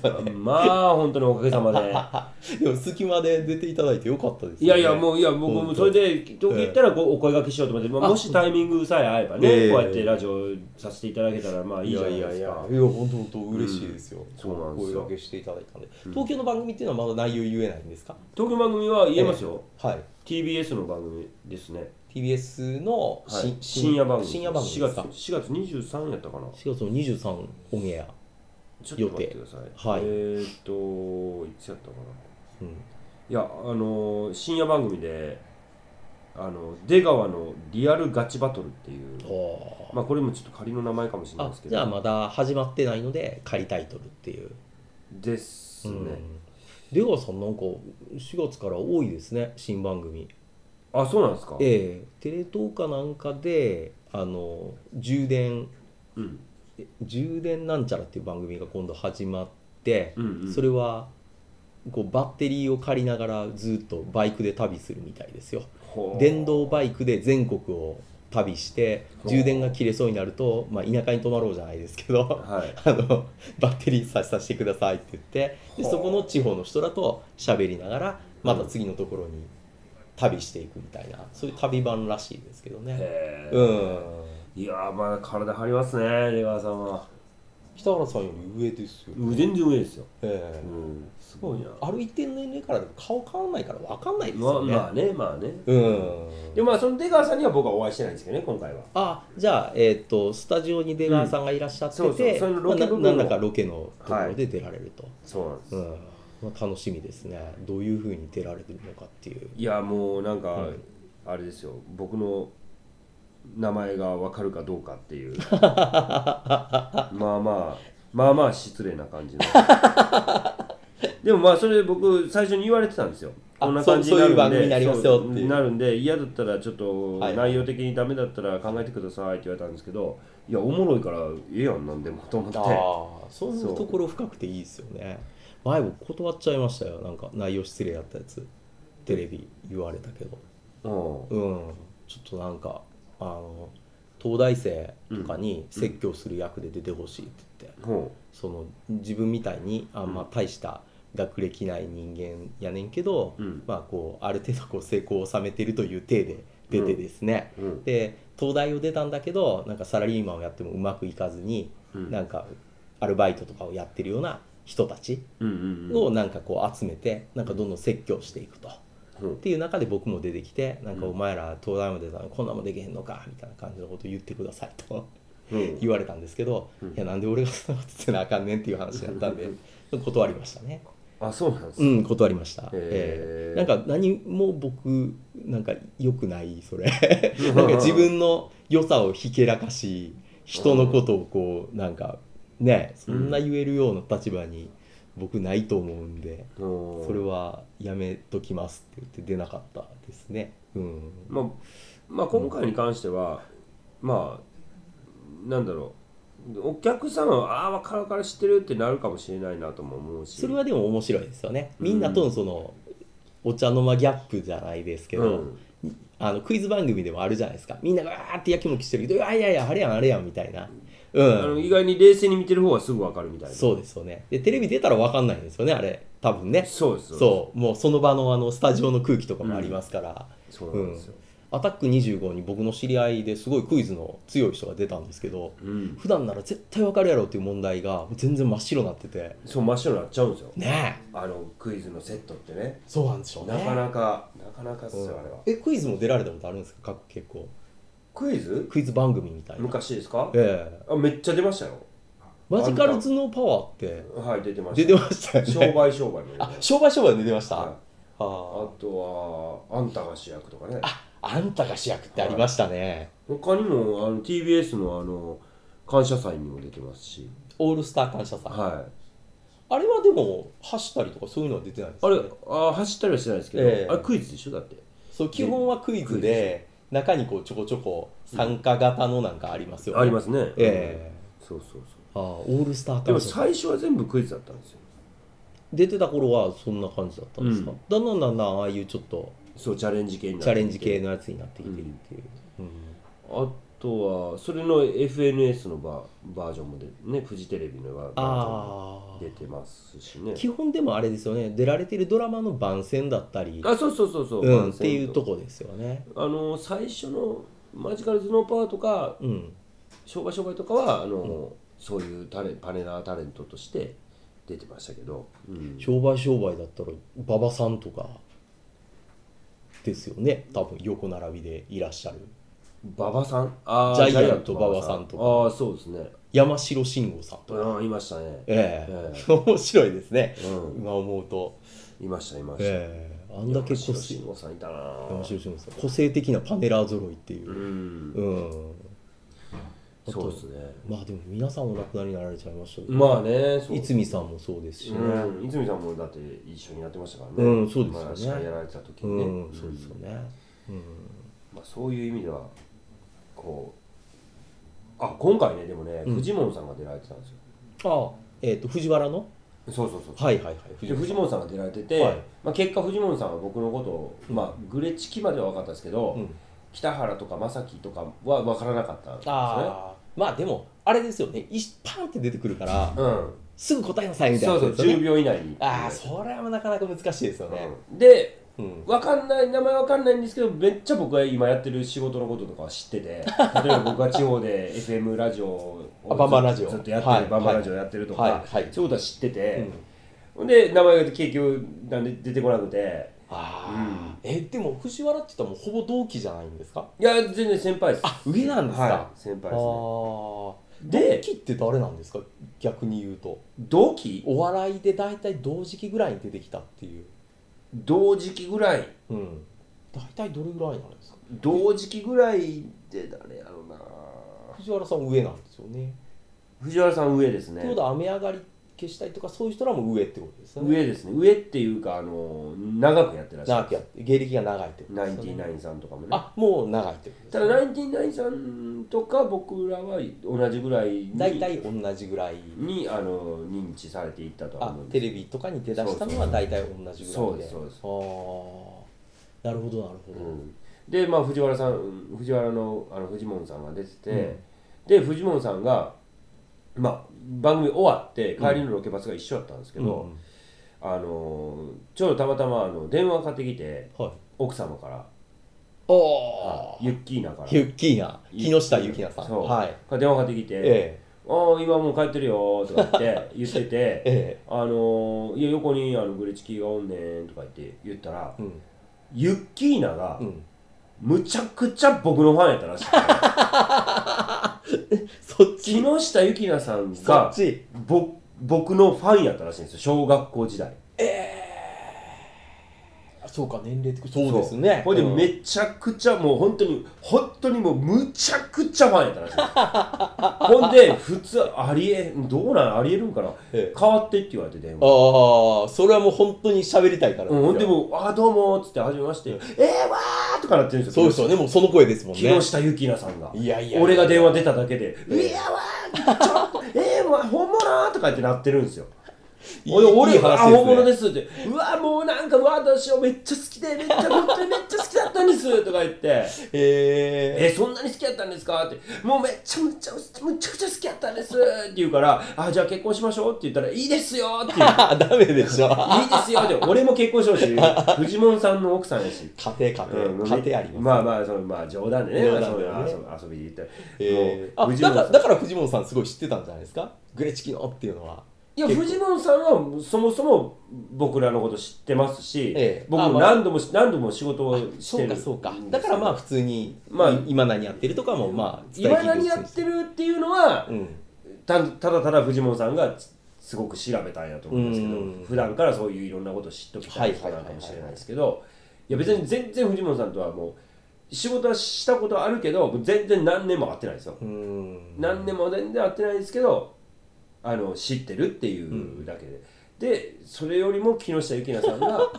Speaker 2: たねまあ本当におかげさまで
Speaker 1: でも隙間で出ていただいてよかったです
Speaker 2: [laughs] い
Speaker 1: よ
Speaker 2: や
Speaker 1: ね、
Speaker 2: いやもういや僕
Speaker 1: 本
Speaker 2: も
Speaker 1: 当
Speaker 2: それで東京行ったらこうお声掛けしようと思って、まあ、
Speaker 1: あ
Speaker 2: もしタイミングさえ合えば
Speaker 1: え
Speaker 2: ね
Speaker 1: え
Speaker 2: こうやってラジオさせていただけたらまあいいじゃないですか
Speaker 1: やいやいや、いや本当本当嬉しいですよ。
Speaker 2: そうなんです
Speaker 1: 声
Speaker 2: よ
Speaker 1: 掛けしていただいたんで、東京の番組っていうのはまだ内容言えないんですか。
Speaker 2: 東京番組は言えますよ、
Speaker 1: はい。
Speaker 2: TBS の番組ですね、
Speaker 1: TBS の、
Speaker 2: はい
Speaker 1: し
Speaker 2: 深夜番組
Speaker 1: 深夜番組
Speaker 2: 4
Speaker 1: です
Speaker 2: 月
Speaker 1: か。
Speaker 2: 4月23やったかな
Speaker 1: 4月の23オンエア。
Speaker 2: ちょっと待ってください、
Speaker 1: はい
Speaker 2: えーっといつやったかな
Speaker 1: うん。
Speaker 2: いやあの深夜番組であの出川のリアルガチバトルっていう
Speaker 1: おー
Speaker 2: まあこれもちょっと仮の名前かもしれない
Speaker 1: あ
Speaker 2: ですけ
Speaker 1: じゃあ
Speaker 2: ど
Speaker 1: まだ始まってないので仮タイトルっていう。
Speaker 2: ですね、
Speaker 1: うん出川さんなんか4月から多いですね新番組。
Speaker 2: あそうなんですか
Speaker 1: ええテレ東かなんかであの充電
Speaker 2: うん
Speaker 1: え充電なんちゃらっていう番組が今度始まって、
Speaker 2: うんうん
Speaker 1: それはこうバッテリーを借りながらずっとバイクで旅するみたいですよ
Speaker 2: ほう
Speaker 1: 電動バイクで全国を旅して
Speaker 2: ほう
Speaker 1: 充電が切れそうになると、まあ、田舎に泊まろうじゃないですけど
Speaker 2: はい
Speaker 1: あのバッテリーささせてくださいって言ってで
Speaker 2: ほう
Speaker 1: そこの地方の人らと喋りながらまた次のところに旅していくみたいなそういう旅番らしいですけどね。
Speaker 2: へ
Speaker 1: う
Speaker 2: ー
Speaker 1: ん
Speaker 2: いやーまあ体張りますね出川さんは
Speaker 1: 北原さんより上ですよ、
Speaker 2: うん全然上ですよ、
Speaker 1: ええ
Speaker 2: うん、すごいな
Speaker 1: ある一定の年齢からでも顔変わらないから分かんないです
Speaker 2: まあ
Speaker 1: よね。
Speaker 2: まあねまあね
Speaker 1: うん
Speaker 2: でまあその出川さんには僕はお会いしてないんですけどね今回は
Speaker 1: あじゃあ、えー、とスタジオに出川さんがいらっしゃって
Speaker 2: うんそうそう
Speaker 1: て
Speaker 2: その
Speaker 1: ま
Speaker 2: ロ
Speaker 1: あ
Speaker 2: ケ
Speaker 1: な
Speaker 2: 部分を
Speaker 1: 何らかロケのところで出られると、
Speaker 2: そうなんです
Speaker 1: うんまあ、楽しみですねどういうふうに出られるのかっていう
Speaker 2: いやもうなんか、
Speaker 1: うん
Speaker 2: あれですよ僕の名前が分かるかどうかっ
Speaker 1: [laughs]
Speaker 2: ていうまあまあまあまあ失礼な感じの [laughs] でもまあそれ僕最初に言われてたんですよ
Speaker 1: あ
Speaker 2: こんな感じになる
Speaker 1: そうそう
Speaker 2: んで
Speaker 1: いう番組になりますよっていう
Speaker 2: そなるんで嫌だったらちょっと
Speaker 1: はい
Speaker 2: 内容的にダメだったら考えてくださいって言われたんですけどいやおもろいからええやんなんでもと思って
Speaker 1: あそういうところ深くていいですよね前僕断っちゃいましたよなんか内容失礼やったやつテレビ言われたけど
Speaker 2: うん
Speaker 1: うんちょっとなんかあの東大生とかに説教する役で出てほしいって言って。
Speaker 2: ほ
Speaker 1: その自分みたいにあんま大した学歴ない人間やねんけど、
Speaker 2: うん
Speaker 1: まあこうある程度こう成功を収めてるという体で出てですね、
Speaker 2: ううん
Speaker 1: で東大を出たんだけどなんかサラリーマンをやってもうまくいかずに、
Speaker 2: うん
Speaker 1: なんかアルバイトとかをやってるような人たち
Speaker 2: うんうんうん
Speaker 1: をなんかこう集めてなんかどんどん説教していくと。
Speaker 2: ほう
Speaker 1: っていう中で僕も出てきてなんかお前ら東大まで出たのにこんなもんできへんのかみたいな感じのことを言ってくださいと
Speaker 2: ほ
Speaker 1: [laughs]
Speaker 2: う
Speaker 1: 言われたんですけど、いやなんで俺がそんなことしてなあかんねんっていう話になったんで断りました [laughs] ね
Speaker 2: あそうなんです
Speaker 1: う
Speaker 2: ね
Speaker 1: ん断りました、
Speaker 2: へ
Speaker 1: え
Speaker 2: ー
Speaker 1: えなんか何も僕なんか良くないそ [laughs] れなんか自分の良さをひけらかし人のことをこうなんかねそんな言えるような立場に僕ないと思うんで、
Speaker 2: うん
Speaker 1: それはやめときますって言って出なかったですねうん
Speaker 2: まあ、まあ今回に関しては、まあなんだろうお客さんはああ分かる分かる知ってるってなるかもしれないなとも思うし
Speaker 1: それはでも面白いですよねみんなとのそのお茶の間ギャップじゃないですけ
Speaker 2: う
Speaker 1: ど、
Speaker 2: ん
Speaker 1: あのクイズ番組でもあるじゃないですかみんながわーってやきもきしてるけどいやいやいやあれやんあれやんみたいなう
Speaker 2: あの
Speaker 1: ん
Speaker 2: 意外に冷静に見てる方はすぐ分かるみたいな
Speaker 1: そうですよねでテレビ出たら分かんないんですよねあれ多分ね
Speaker 2: そうです
Speaker 1: そうもうその場のあのスタジオの空気とかもありますから、
Speaker 2: そうなんですよ、
Speaker 1: アタック25に僕の知り合いですごいクイズの強い人が出たんですけど
Speaker 2: うん、
Speaker 1: 普段なら絶対分かるやろっていう問題が全然真っ白になってて
Speaker 2: そう真っ白になっちゃうんですよ
Speaker 1: ねえ
Speaker 2: あのクイズのセットってね
Speaker 1: そうなんでしょうね
Speaker 2: なかなかなかなかっす
Speaker 1: う
Speaker 2: よ、
Speaker 1: ん
Speaker 2: あれは
Speaker 1: えクイズも出られたことあるんですか過去結構
Speaker 2: クイズ
Speaker 1: クイズ番組みたいな
Speaker 2: 昔ですか
Speaker 1: ええ
Speaker 2: あめっちゃ出ましたよ
Speaker 1: マジカル頭脳パワーって
Speaker 2: はい出てま
Speaker 1: 出
Speaker 2: してた
Speaker 1: ましたよ
Speaker 2: 商
Speaker 1: ね
Speaker 2: 売商売も出てま
Speaker 1: あ
Speaker 2: し
Speaker 1: 商売商売で出てましたた、
Speaker 2: はいあ
Speaker 1: あ
Speaker 2: とは「あんたが主役」とかね
Speaker 1: ああんたが主役ってありましたね、
Speaker 2: 他にもあの TBS のあの感謝祭にも出てますし
Speaker 1: オールスター感謝さん、
Speaker 2: は
Speaker 1: あれはでも走ったりとかそういうのは出てないんです
Speaker 2: いあ
Speaker 1: かね
Speaker 2: れあ走ったりはしてないですけど、
Speaker 1: ええ
Speaker 2: あれクイズでしょだって
Speaker 1: そう基本はクイズで中にこうちょこちょこ参加型のなんかありますよね、
Speaker 2: ありますね
Speaker 1: え
Speaker 2: そうそう
Speaker 1: ああ
Speaker 2: そう
Speaker 1: オールスター
Speaker 2: で
Speaker 1: 感
Speaker 2: も
Speaker 1: 謝
Speaker 2: 最初は全部クイズだったんですよ
Speaker 1: 出てた頃はそんな感じだったんですか、
Speaker 2: うん
Speaker 1: だんだんだんだんああいうちょっと
Speaker 2: そうチャレンジ系になって
Speaker 1: チャレンジ系のやつになってきてるっていう、うん
Speaker 2: あとはそれの FNS のババージョンも出ねフジテレビのババージョンも
Speaker 1: ああ
Speaker 2: 出てますしね
Speaker 1: 基本でもあれですよね出られてるドラマの番宣だったり
Speaker 2: あそうそうそうそう、
Speaker 1: うん、
Speaker 2: 番宣
Speaker 1: っていうとこですよね
Speaker 2: あの最初のマジカル頭脳パワーとか
Speaker 1: うん
Speaker 2: 商売商売とかはあの、そういうタレパネラータレントとして出てましたけど、うん
Speaker 1: 商売商売だったら馬場さんとかですよね多分横並びでいらっしゃる
Speaker 2: 馬場さんあー
Speaker 1: ジャイアント馬場さんとか
Speaker 2: ジャイアント馬場さんあーそうですね
Speaker 1: 山城慎吾さんとか、
Speaker 2: うんいましたね、
Speaker 1: え
Speaker 2: え
Speaker 1: え面白いですね、
Speaker 2: うん
Speaker 1: 今思うと、
Speaker 2: いましたいました、
Speaker 1: ええあんだけ個
Speaker 2: 山城
Speaker 1: 性
Speaker 2: 慎吾さんいたな
Speaker 1: 山城慎吾さん個性的なパネラー揃いっていうう、
Speaker 2: ん
Speaker 1: うんあと
Speaker 2: そうですね
Speaker 1: まあでも皆さんお亡くなりになられちゃいましたけど、
Speaker 2: まあねそう
Speaker 1: いつみさんもそうですしね、
Speaker 2: うん、泉さんもだって一緒にやってましたからね、
Speaker 1: うんそうですよね
Speaker 2: まあ司会やられてた時
Speaker 1: う
Speaker 2: にね、
Speaker 1: ん、そうですよね。うん、
Speaker 2: まあ、そういう意味ではこうあ今回ねでもね、
Speaker 1: うん
Speaker 2: フジモンさんが出られてたんですよ
Speaker 1: ああ、えっ、と藤原の、
Speaker 2: そうそうそう
Speaker 1: はいはいはい、
Speaker 2: でフジモンさんが出られてて、
Speaker 1: はい
Speaker 2: まあ、結果フジモンさんは僕のことを、まあ、グレチキまでは分かったんですけど、
Speaker 1: うん
Speaker 2: 北原とか正樹とかは分からなかったんですね
Speaker 1: ああ、まあでもあれですよね、いパンって出てくるから、
Speaker 2: う
Speaker 1: すぐ答えなさいみ
Speaker 2: ん
Speaker 1: たいな
Speaker 2: そ
Speaker 1: こ
Speaker 2: うそ
Speaker 1: と
Speaker 2: う
Speaker 1: ですよね、
Speaker 2: 10秒以内に
Speaker 1: ああ、それはなかなか難しいですよね。
Speaker 2: うんで
Speaker 1: うん、
Speaker 2: わかんない名前わかんないんですけどめっちゃ僕が今やってる仕事のこととかは
Speaker 1: [laughs]
Speaker 2: 知ってて例えば僕が地方で FM ラジオを
Speaker 1: あバンバンラジオ
Speaker 2: ずっとやってる、
Speaker 1: はい
Speaker 2: バンバンラジオやってるとか、
Speaker 1: はいはい
Speaker 2: そういうことは知って
Speaker 1: う
Speaker 2: て
Speaker 1: ん、
Speaker 2: ほん、で名前が結局なんで出てこなくて
Speaker 1: ああ、えでも藤原って言ったらもうほぼ同期じゃないんですか？
Speaker 2: いや全然先輩です
Speaker 1: あ上なんですか
Speaker 2: はい、先
Speaker 1: ああ
Speaker 2: 輩ですね
Speaker 1: 同
Speaker 2: で
Speaker 1: 期って誰なんですか？逆に言うと、
Speaker 2: 同期
Speaker 1: お笑いで大体同時期ぐらいに出てきたっていう、
Speaker 2: 同時期ぐらい
Speaker 1: うん、大体どれぐらいなんですか？
Speaker 2: 同時期ぐらいで誰やろうな
Speaker 1: 藤原さん上なんですよね。
Speaker 2: 藤原さん上ですね
Speaker 1: ってことは雨上がり消したりとかそういう人らも上ってことですよね
Speaker 2: 上ですね上っていうかあの長くやってらっし
Speaker 1: 長
Speaker 2: ゃる
Speaker 1: くやって芸歴が長いってこと
Speaker 2: ナ
Speaker 1: で
Speaker 2: イン
Speaker 1: す
Speaker 2: テ
Speaker 1: よ
Speaker 2: ィ
Speaker 1: ね
Speaker 2: ナインさんとかもね
Speaker 1: あもう長いってことです
Speaker 2: た
Speaker 1: ね
Speaker 2: だナインティナインさんとか僕らは同じぐらいに
Speaker 1: 大体同じぐらい
Speaker 2: にあの認知されていったとは
Speaker 1: あ
Speaker 2: 思うんで
Speaker 1: テレ
Speaker 2: す
Speaker 1: ビとかに出だしたのは大体同じぐら
Speaker 2: そ
Speaker 1: いう
Speaker 2: で
Speaker 1: です
Speaker 2: そうです
Speaker 1: ああなるほどなるほ
Speaker 2: う
Speaker 1: ど、
Speaker 2: んでまあ藤原さん藤原のあのフジモンさんが出てて、
Speaker 1: うん
Speaker 2: でフジモンさんがまあ番組終わって帰りのロケバスが一緒だったんですけど、
Speaker 1: うん
Speaker 2: あのちょうどたまたまあの電話かかってきて
Speaker 1: はい
Speaker 2: 奥様から
Speaker 1: ああ
Speaker 2: ユッキーナから
Speaker 1: ユッキーナ木下ゆきなさん
Speaker 2: そう
Speaker 1: はい
Speaker 2: から電話かかってきて
Speaker 1: え
Speaker 2: 「ああ今もう帰ってるよ」とか
Speaker 1: [laughs]
Speaker 2: 言って言ってて
Speaker 1: ええ
Speaker 2: あのーいや横にあのグレチキがおんねんとか言って言ったら
Speaker 1: えうん
Speaker 2: ユッキーナが
Speaker 1: うん
Speaker 2: むちゃくちゃ僕のファンやったらしく
Speaker 1: そっち
Speaker 2: て木下ゆきなさん
Speaker 1: そっ
Speaker 2: が
Speaker 1: ち
Speaker 2: ぼ僕のファンやったらしいんですよ小学校時代
Speaker 1: あそうか年齢ってそうですね
Speaker 2: ほいで
Speaker 1: うん
Speaker 2: めちゃくちゃもう本当に本当にもうむちゃくちゃファンやったらしいんですよ [laughs] ほんで普通ありえんどうなんありえるんかな
Speaker 1: ええ
Speaker 2: 変わってって言われて電話
Speaker 1: ああそれはもう本当に喋りたいからです
Speaker 2: うん、
Speaker 1: よ
Speaker 2: ほんでもう「あーどうも」っつって「はじめまして」えー、わー!」ととかなってるんです
Speaker 1: そう
Speaker 2: よ。
Speaker 1: ですよねもうその声ですもんね
Speaker 2: 木下ゆきなさんが。
Speaker 1: いやいや
Speaker 2: 俺が電話出ただけで、
Speaker 1: ええ
Speaker 2: いやわー、ちょっと、えー、ま本物とかってなってるんですよ。
Speaker 1: いい
Speaker 2: 俺、
Speaker 1: い
Speaker 2: 俺、
Speaker 1: い話
Speaker 2: あ、
Speaker 1: ですね
Speaker 2: 本物ですって、うわ、もうなんか、うわ、私はめっちゃ好きで、めっち
Speaker 1: [laughs]
Speaker 2: ゃ、本当にめっちゃ好きだったんですとか言って、
Speaker 1: え
Speaker 2: えそんなに好きだったんですかってもうめっちゃむちゃむちゃくちゃ好きだったんですって言うからあじゃあ結婚しましょうって言ったらいいですよって
Speaker 1: [laughs]
Speaker 2: 言う
Speaker 1: ダメでしょ
Speaker 2: いいですよって俺も結婚しようし
Speaker 1: [laughs]
Speaker 2: フジモンさんの奥さんやし
Speaker 1: 家庭家
Speaker 2: うん
Speaker 1: 庭家庭あります
Speaker 2: まあまあそのまあ冗談でね
Speaker 1: 冗談でね
Speaker 2: まあそういう遊び遊びで言ったり
Speaker 1: えー
Speaker 2: も
Speaker 1: あ
Speaker 2: う藤
Speaker 1: だ
Speaker 2: 本
Speaker 1: か
Speaker 2: さん
Speaker 1: らだから藤本さんすごい知ってたんじゃないですかグレチキのっていうのはい
Speaker 2: や
Speaker 1: 結構
Speaker 2: フジモンさんはそもそも僕らのこと知ってますし、
Speaker 1: ええ
Speaker 2: 僕
Speaker 1: あ
Speaker 2: も
Speaker 1: まあ
Speaker 2: 何度もし何度も仕事をして
Speaker 1: そう
Speaker 2: る
Speaker 1: かそうかだからまあ普通に、
Speaker 2: まあ
Speaker 1: い今何やってるとかもまあ伝え
Speaker 2: 今
Speaker 1: 聞い
Speaker 2: 何や
Speaker 1: る
Speaker 2: ってるっていうのは、
Speaker 1: うん
Speaker 2: たただただ藤本さんがすごく調べたんやと思うんですけど、
Speaker 1: うん
Speaker 2: 普段からそういういろんなことを知っときたい人なのかもしれないですけどいや別に全然藤本さんとはもう仕事はしたことあるけどもう全然何年も会ってないですよ、
Speaker 1: うん
Speaker 2: 何年も全然会ってないですけどあの知ってるっていうだけで、でそれよりも木下ゆきなさんが [laughs]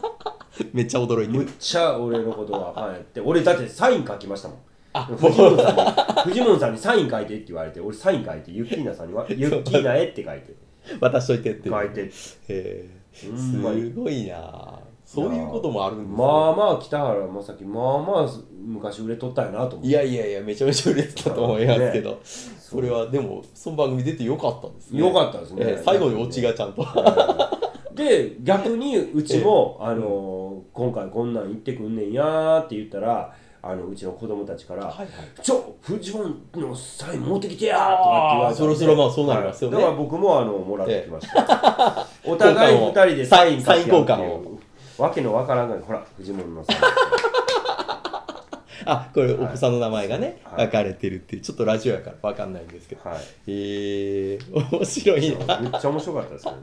Speaker 1: めっちゃ驚いて
Speaker 2: むっ
Speaker 1: る
Speaker 2: ちゃ俺のことがファンやって俺だってサイン書きましたもん
Speaker 1: あ
Speaker 2: 藤本さんに藤本さんにサイン書いてって言われて俺サイン書いてゆっきーなさんに
Speaker 1: [laughs]
Speaker 2: は「ゆっきーなへ」って書いて
Speaker 1: 渡しといてっていう
Speaker 2: 書いて
Speaker 1: へえ
Speaker 2: うん
Speaker 1: すごいなそういうこともあるんですね
Speaker 2: まあまあ北原正樹まあまあ昔売れとったやなと思って
Speaker 1: いやいやいやめちゃめちゃ売れてたと思いますけど、それはでもその番組出てよかったですね
Speaker 2: よかったですね
Speaker 1: ええ最後にオチがちゃんと
Speaker 2: で逆にうちも、あのー今回こんなん行ってくんねんやーって言ったらあのうちの子供たちから「
Speaker 1: はいはい
Speaker 2: ちょフジモンのサイン持ってきてや!」とかって言わ
Speaker 1: あ
Speaker 2: れ
Speaker 1: あ
Speaker 2: た
Speaker 1: そろそろまあそうなり
Speaker 2: り
Speaker 1: ますよ
Speaker 2: だから
Speaker 1: ね
Speaker 2: 僕もあのもらってきました、
Speaker 1: [laughs]
Speaker 2: お互い
Speaker 1: 交換
Speaker 2: 二
Speaker 1: を
Speaker 2: 人でサイン
Speaker 1: サイン
Speaker 2: 書き合うって
Speaker 1: サイン
Speaker 2: い
Speaker 1: 交
Speaker 2: うわけのわからんがほらフジモンのサイン
Speaker 1: あこれお子さんの名前がね
Speaker 2: はい
Speaker 1: 書かれてるっていうちょっとラジオやから分かんないんですけど
Speaker 2: はい
Speaker 1: へえ面白いな
Speaker 2: めっちゃ面白かったですけどね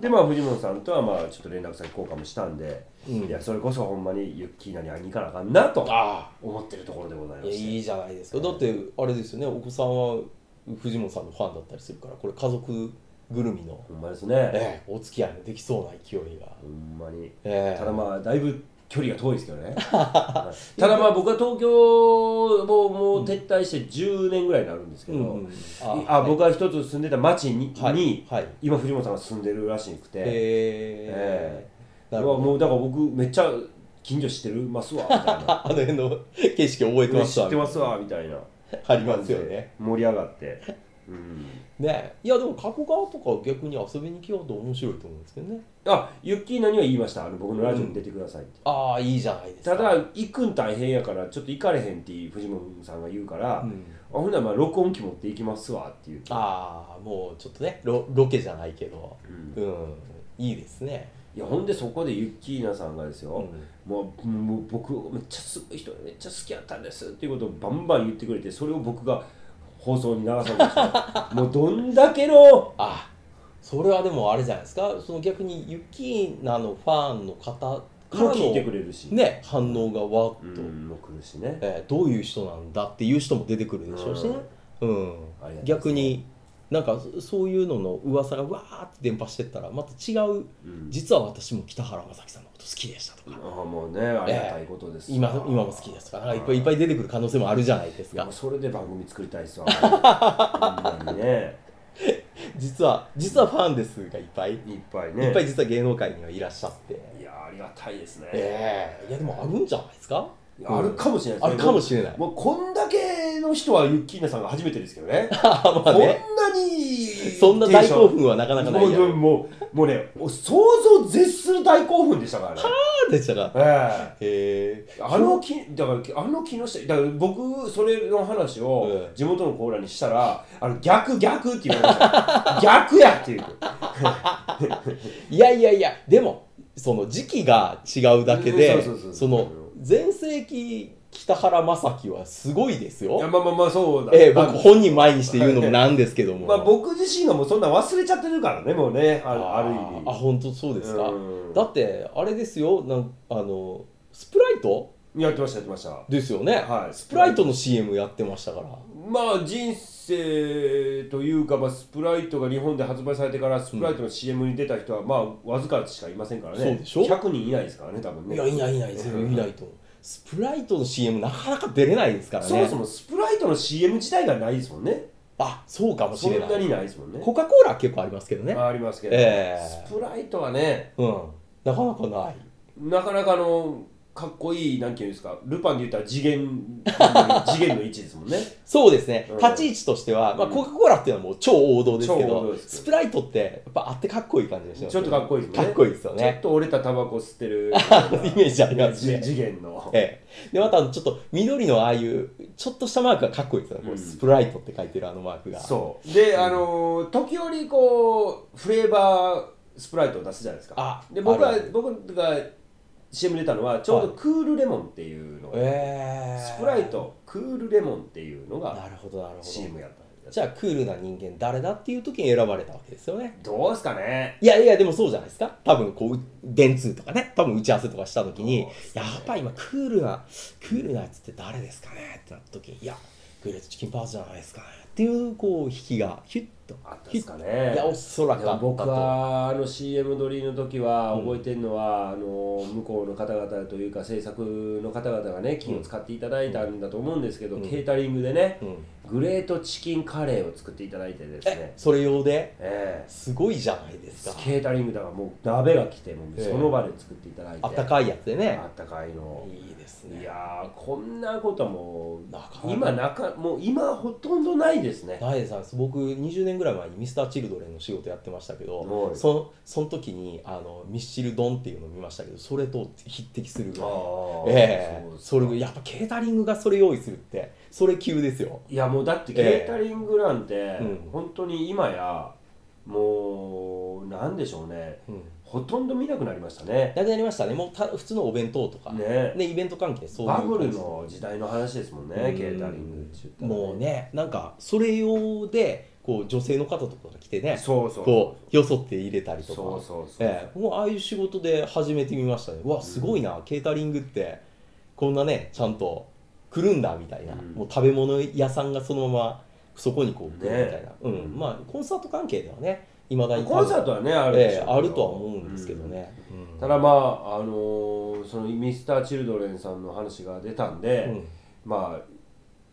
Speaker 2: でまあ藤本さんとはまあちょっと連絡先交換もしたんで、
Speaker 1: うん
Speaker 2: いやそれこそほんまにユッキーナに会いに行かなあかんなと
Speaker 1: あ
Speaker 2: 思ってるところでございま
Speaker 1: いや
Speaker 2: して
Speaker 1: いいじゃないですかだってあれですよねお子さんは藤本さんのファンだったりするからこれ家族ぐるみの、
Speaker 2: ほんまですね
Speaker 1: ええお付き合いもできそうな勢いが、
Speaker 2: ほんまに
Speaker 1: ええ
Speaker 2: ただまあだいぶ距離が遠いですけ
Speaker 1: [laughs]
Speaker 2: どねはいただまあ僕は東京をもう撤退して10年ぐらいになるんですけ
Speaker 1: う
Speaker 2: ど、
Speaker 1: んうん
Speaker 2: あ僕が一つ住んでた町に,、
Speaker 1: はい
Speaker 2: に
Speaker 1: はい
Speaker 2: 今藤本さんが住んでるらしくて、
Speaker 1: え
Speaker 2: え
Speaker 1: ー、な
Speaker 2: う
Speaker 1: る
Speaker 2: わ
Speaker 1: ほど
Speaker 2: もうだから僕めっちゃ近所知ってるますわみた
Speaker 1: [laughs]
Speaker 2: いな
Speaker 1: あの辺の景色覚えてます
Speaker 2: 知
Speaker 1: わ
Speaker 2: ってますわみたいな
Speaker 1: ありますよね
Speaker 2: [laughs] 盛り上がって、うん、
Speaker 1: ねいやでも加古川とか逆に遊びに来ようと面白いと思うんですけどね
Speaker 2: あユッキーナには言いましたあの僕のラジオに出てくださいって、
Speaker 1: ああいいじゃないですか
Speaker 2: ただ行くん大変やからちょっと行かれへんっていう藤本さんが言うか
Speaker 1: う
Speaker 2: ら、あ
Speaker 1: ん
Speaker 2: ほんならまあ録音機持って行きますわって言って、
Speaker 1: ああもうちょっとねロロケじゃないけど
Speaker 2: うん
Speaker 1: うんいいですね、
Speaker 2: いやほんでそこでユッキーナさんがです
Speaker 1: う
Speaker 2: よ、
Speaker 1: ん、
Speaker 2: もうもう僕めっちゃすごい人めっちゃ好きやったんですっていうことをバンバン言ってくれてそれを僕が放送に流されました
Speaker 1: [laughs]
Speaker 2: もうどんだけの
Speaker 1: あそれはでもあれじゃないですかその逆にユキーナのファンの方から
Speaker 2: も聞いてく
Speaker 1: の、
Speaker 2: れるし、
Speaker 1: ね、反応がわ
Speaker 2: う
Speaker 1: っと、
Speaker 2: んもう来るしね
Speaker 1: えーどういう人なんだっていう人も出てくるでしょうしね、うん
Speaker 2: ありがとうございます
Speaker 1: 逆になんかそそういうのの噂がわーって伝播してったらまた違う
Speaker 2: うん
Speaker 1: 実は私も北原雅樹さんのこと好きでしたとか
Speaker 2: ああもうねありがたいことですわ、
Speaker 1: 今今も好きですとかなんかいっぱいいっ
Speaker 2: い
Speaker 1: ぱい出てくる可能性もあるじゃないですか
Speaker 2: もうそれで番組作りたいっ
Speaker 1: [laughs]
Speaker 2: すわほんまにね
Speaker 1: 実は実はファンですがいっぱい、
Speaker 2: いっぱいね
Speaker 1: いっぱい実は芸能界にはいらっしゃって
Speaker 2: いやありがたいですね、
Speaker 1: ええいやでもあるんじゃないですか
Speaker 2: あるかもしれな
Speaker 1: あ
Speaker 2: いで
Speaker 1: る
Speaker 2: す
Speaker 1: かもしれない
Speaker 2: もうこんだけの人はユッキーナさんが初めてですけどね
Speaker 1: [laughs] あまあね
Speaker 2: こんなに
Speaker 1: そんな大興
Speaker 2: テン
Speaker 1: 奮はなかな
Speaker 2: シ
Speaker 1: か
Speaker 2: ョン
Speaker 1: ないじゃ
Speaker 2: もうもうんもうもうねお想像を絶する大興奮でしたからね、
Speaker 1: でしたら
Speaker 2: え
Speaker 1: へ
Speaker 2: えあのきだからあの木下だから僕それの話を
Speaker 1: うん
Speaker 2: 地元のコーラにしたら「あの逆逆」って言わ
Speaker 1: [laughs]
Speaker 2: れました逆やっていう
Speaker 1: えいやいやいやでもその時期が違うだけ
Speaker 2: う
Speaker 1: で
Speaker 2: んそうそうそう
Speaker 1: その全盛期北原雅樹はすごいです
Speaker 2: いや
Speaker 1: よ
Speaker 2: まあまあまあそうだ、
Speaker 1: ええ
Speaker 2: まあ
Speaker 1: 僕本人前にして言うのもなんですけども
Speaker 2: まあ、僕自身がもうそんなん忘れちゃってるからねもうねあのある意味
Speaker 1: あ本当そうですか
Speaker 2: うん
Speaker 1: だってあれですよなんあのスプライト
Speaker 2: やってましたやってました
Speaker 1: ですよね、
Speaker 2: はい
Speaker 1: スプライトの CM やってましたから
Speaker 2: まあ人生というか、まあ、スプライトが日本で発売されてからスプライトの CM に出た人は、まあわずかしかいませんからね
Speaker 1: そうでしょ
Speaker 2: 100人いないですからね多分ね
Speaker 1: いやいないいない全然いないと思うスプライトの CM なかなか出れないですからね
Speaker 2: そもそもスプライトの CM 自体がないですもんね
Speaker 1: あそうかもし
Speaker 2: そ
Speaker 1: れ
Speaker 2: ん
Speaker 1: な
Speaker 2: ないにないですもんね
Speaker 1: コカ・コーラ結構ありますけどね
Speaker 2: あありますけど、
Speaker 1: ええ
Speaker 2: スプライトはね
Speaker 1: うんなかなかない
Speaker 2: なかなかあのかっこいいなんていうんですかルパンで言ったら次元次元の位置ですもんね
Speaker 1: そうですね、
Speaker 2: うん
Speaker 1: 立ち位置としては、まあ、
Speaker 2: うん
Speaker 1: コカ・コーラっていうのはもう超王道ですけ
Speaker 2: 超王道
Speaker 1: ど
Speaker 2: です
Speaker 1: スプライトってやっぱあってかっこいい感じがします
Speaker 2: ちょっとかっこいいですね
Speaker 1: かっこいいですよ
Speaker 2: ちょっ
Speaker 1: ね
Speaker 2: と折れたタバコ吸って
Speaker 1: [laughs]
Speaker 2: る
Speaker 1: イメージありますね
Speaker 2: 次次元の
Speaker 1: ええ、でまたあのちょっと緑のああいうちょっとしたマークがかっこいいですよね、こう
Speaker 2: うん
Speaker 1: スプライトって書いてるあのマークが
Speaker 2: そうで、あのー時折こうフレーバースプライトを出すじゃないですか
Speaker 1: あ
Speaker 2: で僕は
Speaker 1: あるある
Speaker 2: 僕が CM 出たのはちょうど
Speaker 1: はい
Speaker 2: クールレモンっていうのが、
Speaker 1: ええ
Speaker 2: スプライトクールレモンっていうのが
Speaker 1: なるほどなるほど
Speaker 2: CM やった
Speaker 1: じゃあクールな人間誰だっていう時に選ばれたわけですよね
Speaker 2: どうですかね
Speaker 1: いやいやでもそうじゃないですか多分こう電通とかね多分打ち合わせとかした時に、やっぱ今クールなクールなやつって誰ですかねってなった時にいやグレートチキンパーツじゃないですかねっていうこう引きがヒュッと
Speaker 2: あったですかね
Speaker 1: いやおそらくあ
Speaker 2: でも
Speaker 1: った
Speaker 2: 僕
Speaker 1: と
Speaker 2: はあの CM 撮りの時は
Speaker 1: うん
Speaker 2: 覚えてるのは、あの向こうの方々というか制作の方々がね金を使っていただいたんだと思うんですけど、
Speaker 1: うん
Speaker 2: ケータリングでね、
Speaker 1: うん
Speaker 2: グレートチキンカレーを作っていただいてです
Speaker 1: え
Speaker 2: ね、
Speaker 1: それ用で
Speaker 2: え
Speaker 1: すごいじゃないです
Speaker 2: え
Speaker 1: か
Speaker 2: ケータリングだからもう鍋が来てもう
Speaker 1: ええ
Speaker 2: その場で作っていただいて、
Speaker 1: あったかいやつでね
Speaker 2: あったかいの
Speaker 1: いいです
Speaker 2: い
Speaker 1: ね
Speaker 2: やーこんなことはもう
Speaker 1: なかなか
Speaker 2: 今なかもう今ほとんどないですね
Speaker 1: 大さんです僕20年ぐらい前にミスターチルドレンの仕事やってましたけ
Speaker 2: は
Speaker 1: ど
Speaker 2: い
Speaker 1: そのその時にあのミスチル丼っていうのを見ましたけどそれと匹敵するぐらい
Speaker 2: ああ
Speaker 1: ええ
Speaker 2: そうですか
Speaker 1: それやっぱケータリングがそれ用意するってそれ急ですよ
Speaker 2: いやもうだってケ
Speaker 1: ええ
Speaker 2: ータリングなんて
Speaker 1: うん
Speaker 2: 本当に今やもうなんでしょうね
Speaker 1: うん
Speaker 2: ほとんど見なくなりましたね
Speaker 1: なくなりましたねもうた普通のお弁当とかね
Speaker 2: ね
Speaker 1: イベント関係そういう
Speaker 2: バ
Speaker 1: 感
Speaker 2: ブル
Speaker 1: じ
Speaker 2: の時代の話ですもんね
Speaker 1: うん
Speaker 2: ケータリングって言ったら
Speaker 1: もうねなんかそれ用でこう女性の方とかが来てね
Speaker 2: そうそう
Speaker 1: こ
Speaker 2: そう
Speaker 1: よそって入れたり
Speaker 2: うそ
Speaker 1: と
Speaker 2: う
Speaker 1: か
Speaker 2: そうそうそう
Speaker 1: ええ、もうああいう仕事で始めてみましたねうわすごいな、ケータリングってこんなねちゃんと来るんだみたいな、
Speaker 2: うん
Speaker 1: もう食べ物屋さんがそのままそこにこう来るみたいな、
Speaker 2: ね
Speaker 1: うん、まあコンサート関係ではねいまだに多分
Speaker 2: コンサートはねあるでし
Speaker 1: ええ
Speaker 2: ょうけど
Speaker 1: あるとは思うんですけどね、
Speaker 2: う
Speaker 1: うんん
Speaker 2: ただまああのーそのミスター・チルドレンさんの話が出たんで、
Speaker 1: うん
Speaker 2: まあ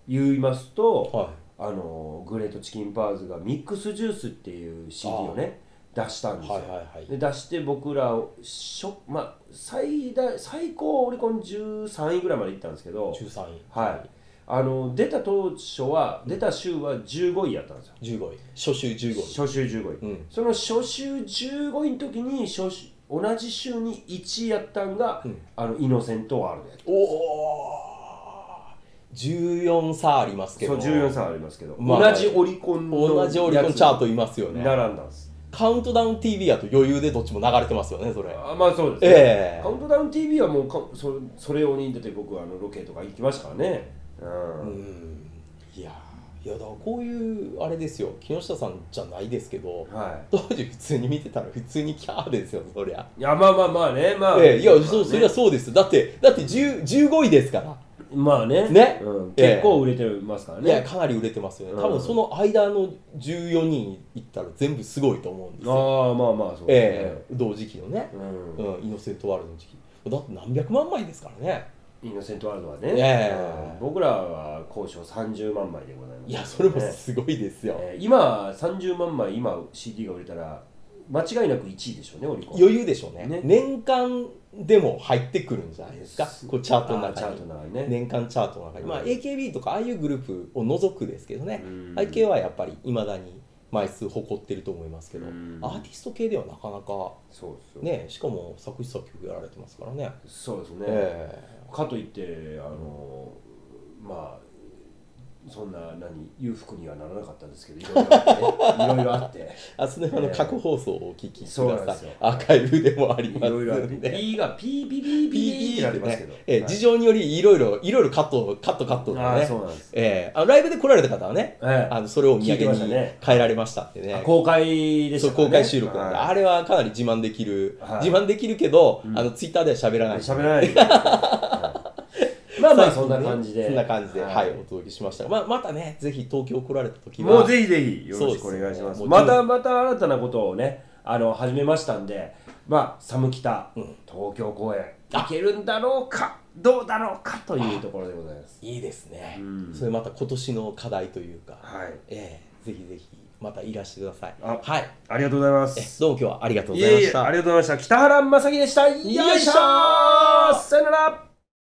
Speaker 2: 言いますと、
Speaker 1: は
Speaker 2: あのーグレートチキンパーズがミックスジュースっていう CD をね出したん
Speaker 1: い、
Speaker 2: ですよ、
Speaker 1: はいはいはい
Speaker 2: で出して僕らをしょ、まあ、最大最高オリコン13位ぐらいまで行ったんですけど、
Speaker 1: 13位
Speaker 2: はい、あの出た当初は出た週は15位やったんですよ
Speaker 1: 15位初週15位
Speaker 2: 初週15位、
Speaker 1: うん
Speaker 2: その初週15位の時に初週同じ週に1位やったんが、
Speaker 1: うん
Speaker 2: あのイノセントワールドやっ
Speaker 1: おお14差あります
Speaker 2: た
Speaker 1: け
Speaker 2: そ
Speaker 1: ど
Speaker 2: う14差ありますけど、
Speaker 1: まあ
Speaker 2: 同じオリコンの
Speaker 1: 同じオリコンチャート
Speaker 2: や
Speaker 1: いますよ
Speaker 2: つ
Speaker 1: ね
Speaker 2: に並んだんです
Speaker 1: カウントダウン TV やと余裕でどっちも流れてますよね、それ。
Speaker 2: あまあそうですね、
Speaker 1: ええ
Speaker 2: カウントダウン TV はもうかそそれ用に出て僕はあのロケとか行きましたからねうん
Speaker 1: うん。いやー、いやだからこういう、あれですよ、木下さんじゃないですけど、
Speaker 2: は
Speaker 1: 当時普通に見てたら普通にキャーですよ、そりゃ。
Speaker 2: い。いや、まあまあまあね、まあ。
Speaker 1: ええいや、そ
Speaker 2: まあ
Speaker 1: う
Speaker 2: ね
Speaker 1: そりゃそうですよ。だって、だって10 15位ですから。
Speaker 2: まあね。
Speaker 1: ね
Speaker 2: うん
Speaker 1: ええ
Speaker 2: 結構売れてますから
Speaker 1: いや、
Speaker 2: ね。
Speaker 1: かなり売れてますよね。
Speaker 2: うん
Speaker 1: 多分その間の14人いったら全部すごいと思うんですよ。
Speaker 2: ああ、まあまあ、そうですね
Speaker 1: ええ同時期のね、
Speaker 2: う
Speaker 1: うん、イノセントワールドの時期。だって何百万枚ですからね。
Speaker 2: ん。イノセントワールドはね、
Speaker 1: ええ
Speaker 2: うん僕らは交渉30万枚でございます、
Speaker 1: いや、それも
Speaker 2: ね
Speaker 1: すごいですよ。
Speaker 2: ええ今、30万枚、今 CD が売れたら、間違いなく1位でしょうね、オリコン。
Speaker 1: 余裕でしょうね
Speaker 2: ね
Speaker 1: 年間でも入ってくるんじゃないですか
Speaker 2: です
Speaker 1: こうチャートの
Speaker 2: あーチャ
Speaker 1: 中
Speaker 2: ー
Speaker 1: に
Speaker 2: トの中にね。
Speaker 1: 年間チャートの中に、まあ、
Speaker 2: うん
Speaker 1: AKB とかああいうグループを除くですけどね
Speaker 2: うん
Speaker 1: 背景はやっぱりいまだに枚数誇ってると思いますけどア
Speaker 2: うん
Speaker 1: ーティスト系ではなかなか
Speaker 2: そうですよ。
Speaker 1: ねしかも作詞作曲やられてますからね
Speaker 2: そうですね。
Speaker 1: え
Speaker 2: かといってあのまあそんな何裕福にはならなかったんですけどいろいろあってねいろいろ
Speaker 1: [laughs]
Speaker 2: あって
Speaker 1: えあその辺
Speaker 2: え
Speaker 1: の
Speaker 2: え
Speaker 1: 過去放送をお聞きくだ
Speaker 2: そうなんで
Speaker 1: さ
Speaker 2: す
Speaker 1: い
Speaker 2: よ
Speaker 1: アーカイブでもあり
Speaker 2: い
Speaker 1: ます
Speaker 2: ろいろあっ
Speaker 1: ん
Speaker 2: て
Speaker 1: で
Speaker 2: B がピーピーピーピーピーってなってますけど、
Speaker 1: ええ
Speaker 2: はい
Speaker 1: 事情によりいろいろいろいろカットカットカットで
Speaker 2: ああ
Speaker 1: ね
Speaker 2: そうなんです、
Speaker 1: ええあライブで来られた方はね
Speaker 2: ええ
Speaker 1: あのそれをお土
Speaker 2: 聞いて
Speaker 1: 産
Speaker 2: ました
Speaker 1: に
Speaker 2: ね
Speaker 1: 変えられましたってね。
Speaker 2: 公開でし
Speaker 1: そう
Speaker 2: たから
Speaker 1: 公開収録なんで、
Speaker 2: はい
Speaker 1: あれはかなり自慢できる、
Speaker 2: はい
Speaker 1: 自慢できるけど、
Speaker 2: うん
Speaker 1: あのツイッターでは喋らない
Speaker 2: 喋らないではいまあまあそんな感じで
Speaker 1: そんな感じで、はいお届けしましたが、まあ、またねぜひ東京来られた時は
Speaker 2: もうぜひぜひよろしくお願いし
Speaker 1: そう
Speaker 2: ま
Speaker 1: です
Speaker 2: す。
Speaker 1: ね
Speaker 2: またまた新たなことをね、あの始めましたんで、まあ、寒北、
Speaker 1: うん
Speaker 2: 東京公演、行けるんだろうか、どうだろうかというところでございます。
Speaker 1: いいですね、
Speaker 2: うん
Speaker 1: それまた今年の課題というか、
Speaker 2: はい、
Speaker 1: ええぜひぜひまたいらしてください
Speaker 2: あ
Speaker 1: はい
Speaker 2: ありがとうございま
Speaker 1: え
Speaker 2: す。
Speaker 1: どうも今日はありがとうご
Speaker 2: い
Speaker 1: ざいま
Speaker 2: えい
Speaker 1: し
Speaker 2: え、
Speaker 1: た
Speaker 2: ありがとうございました。北原正樹でした。よいしょーさよなら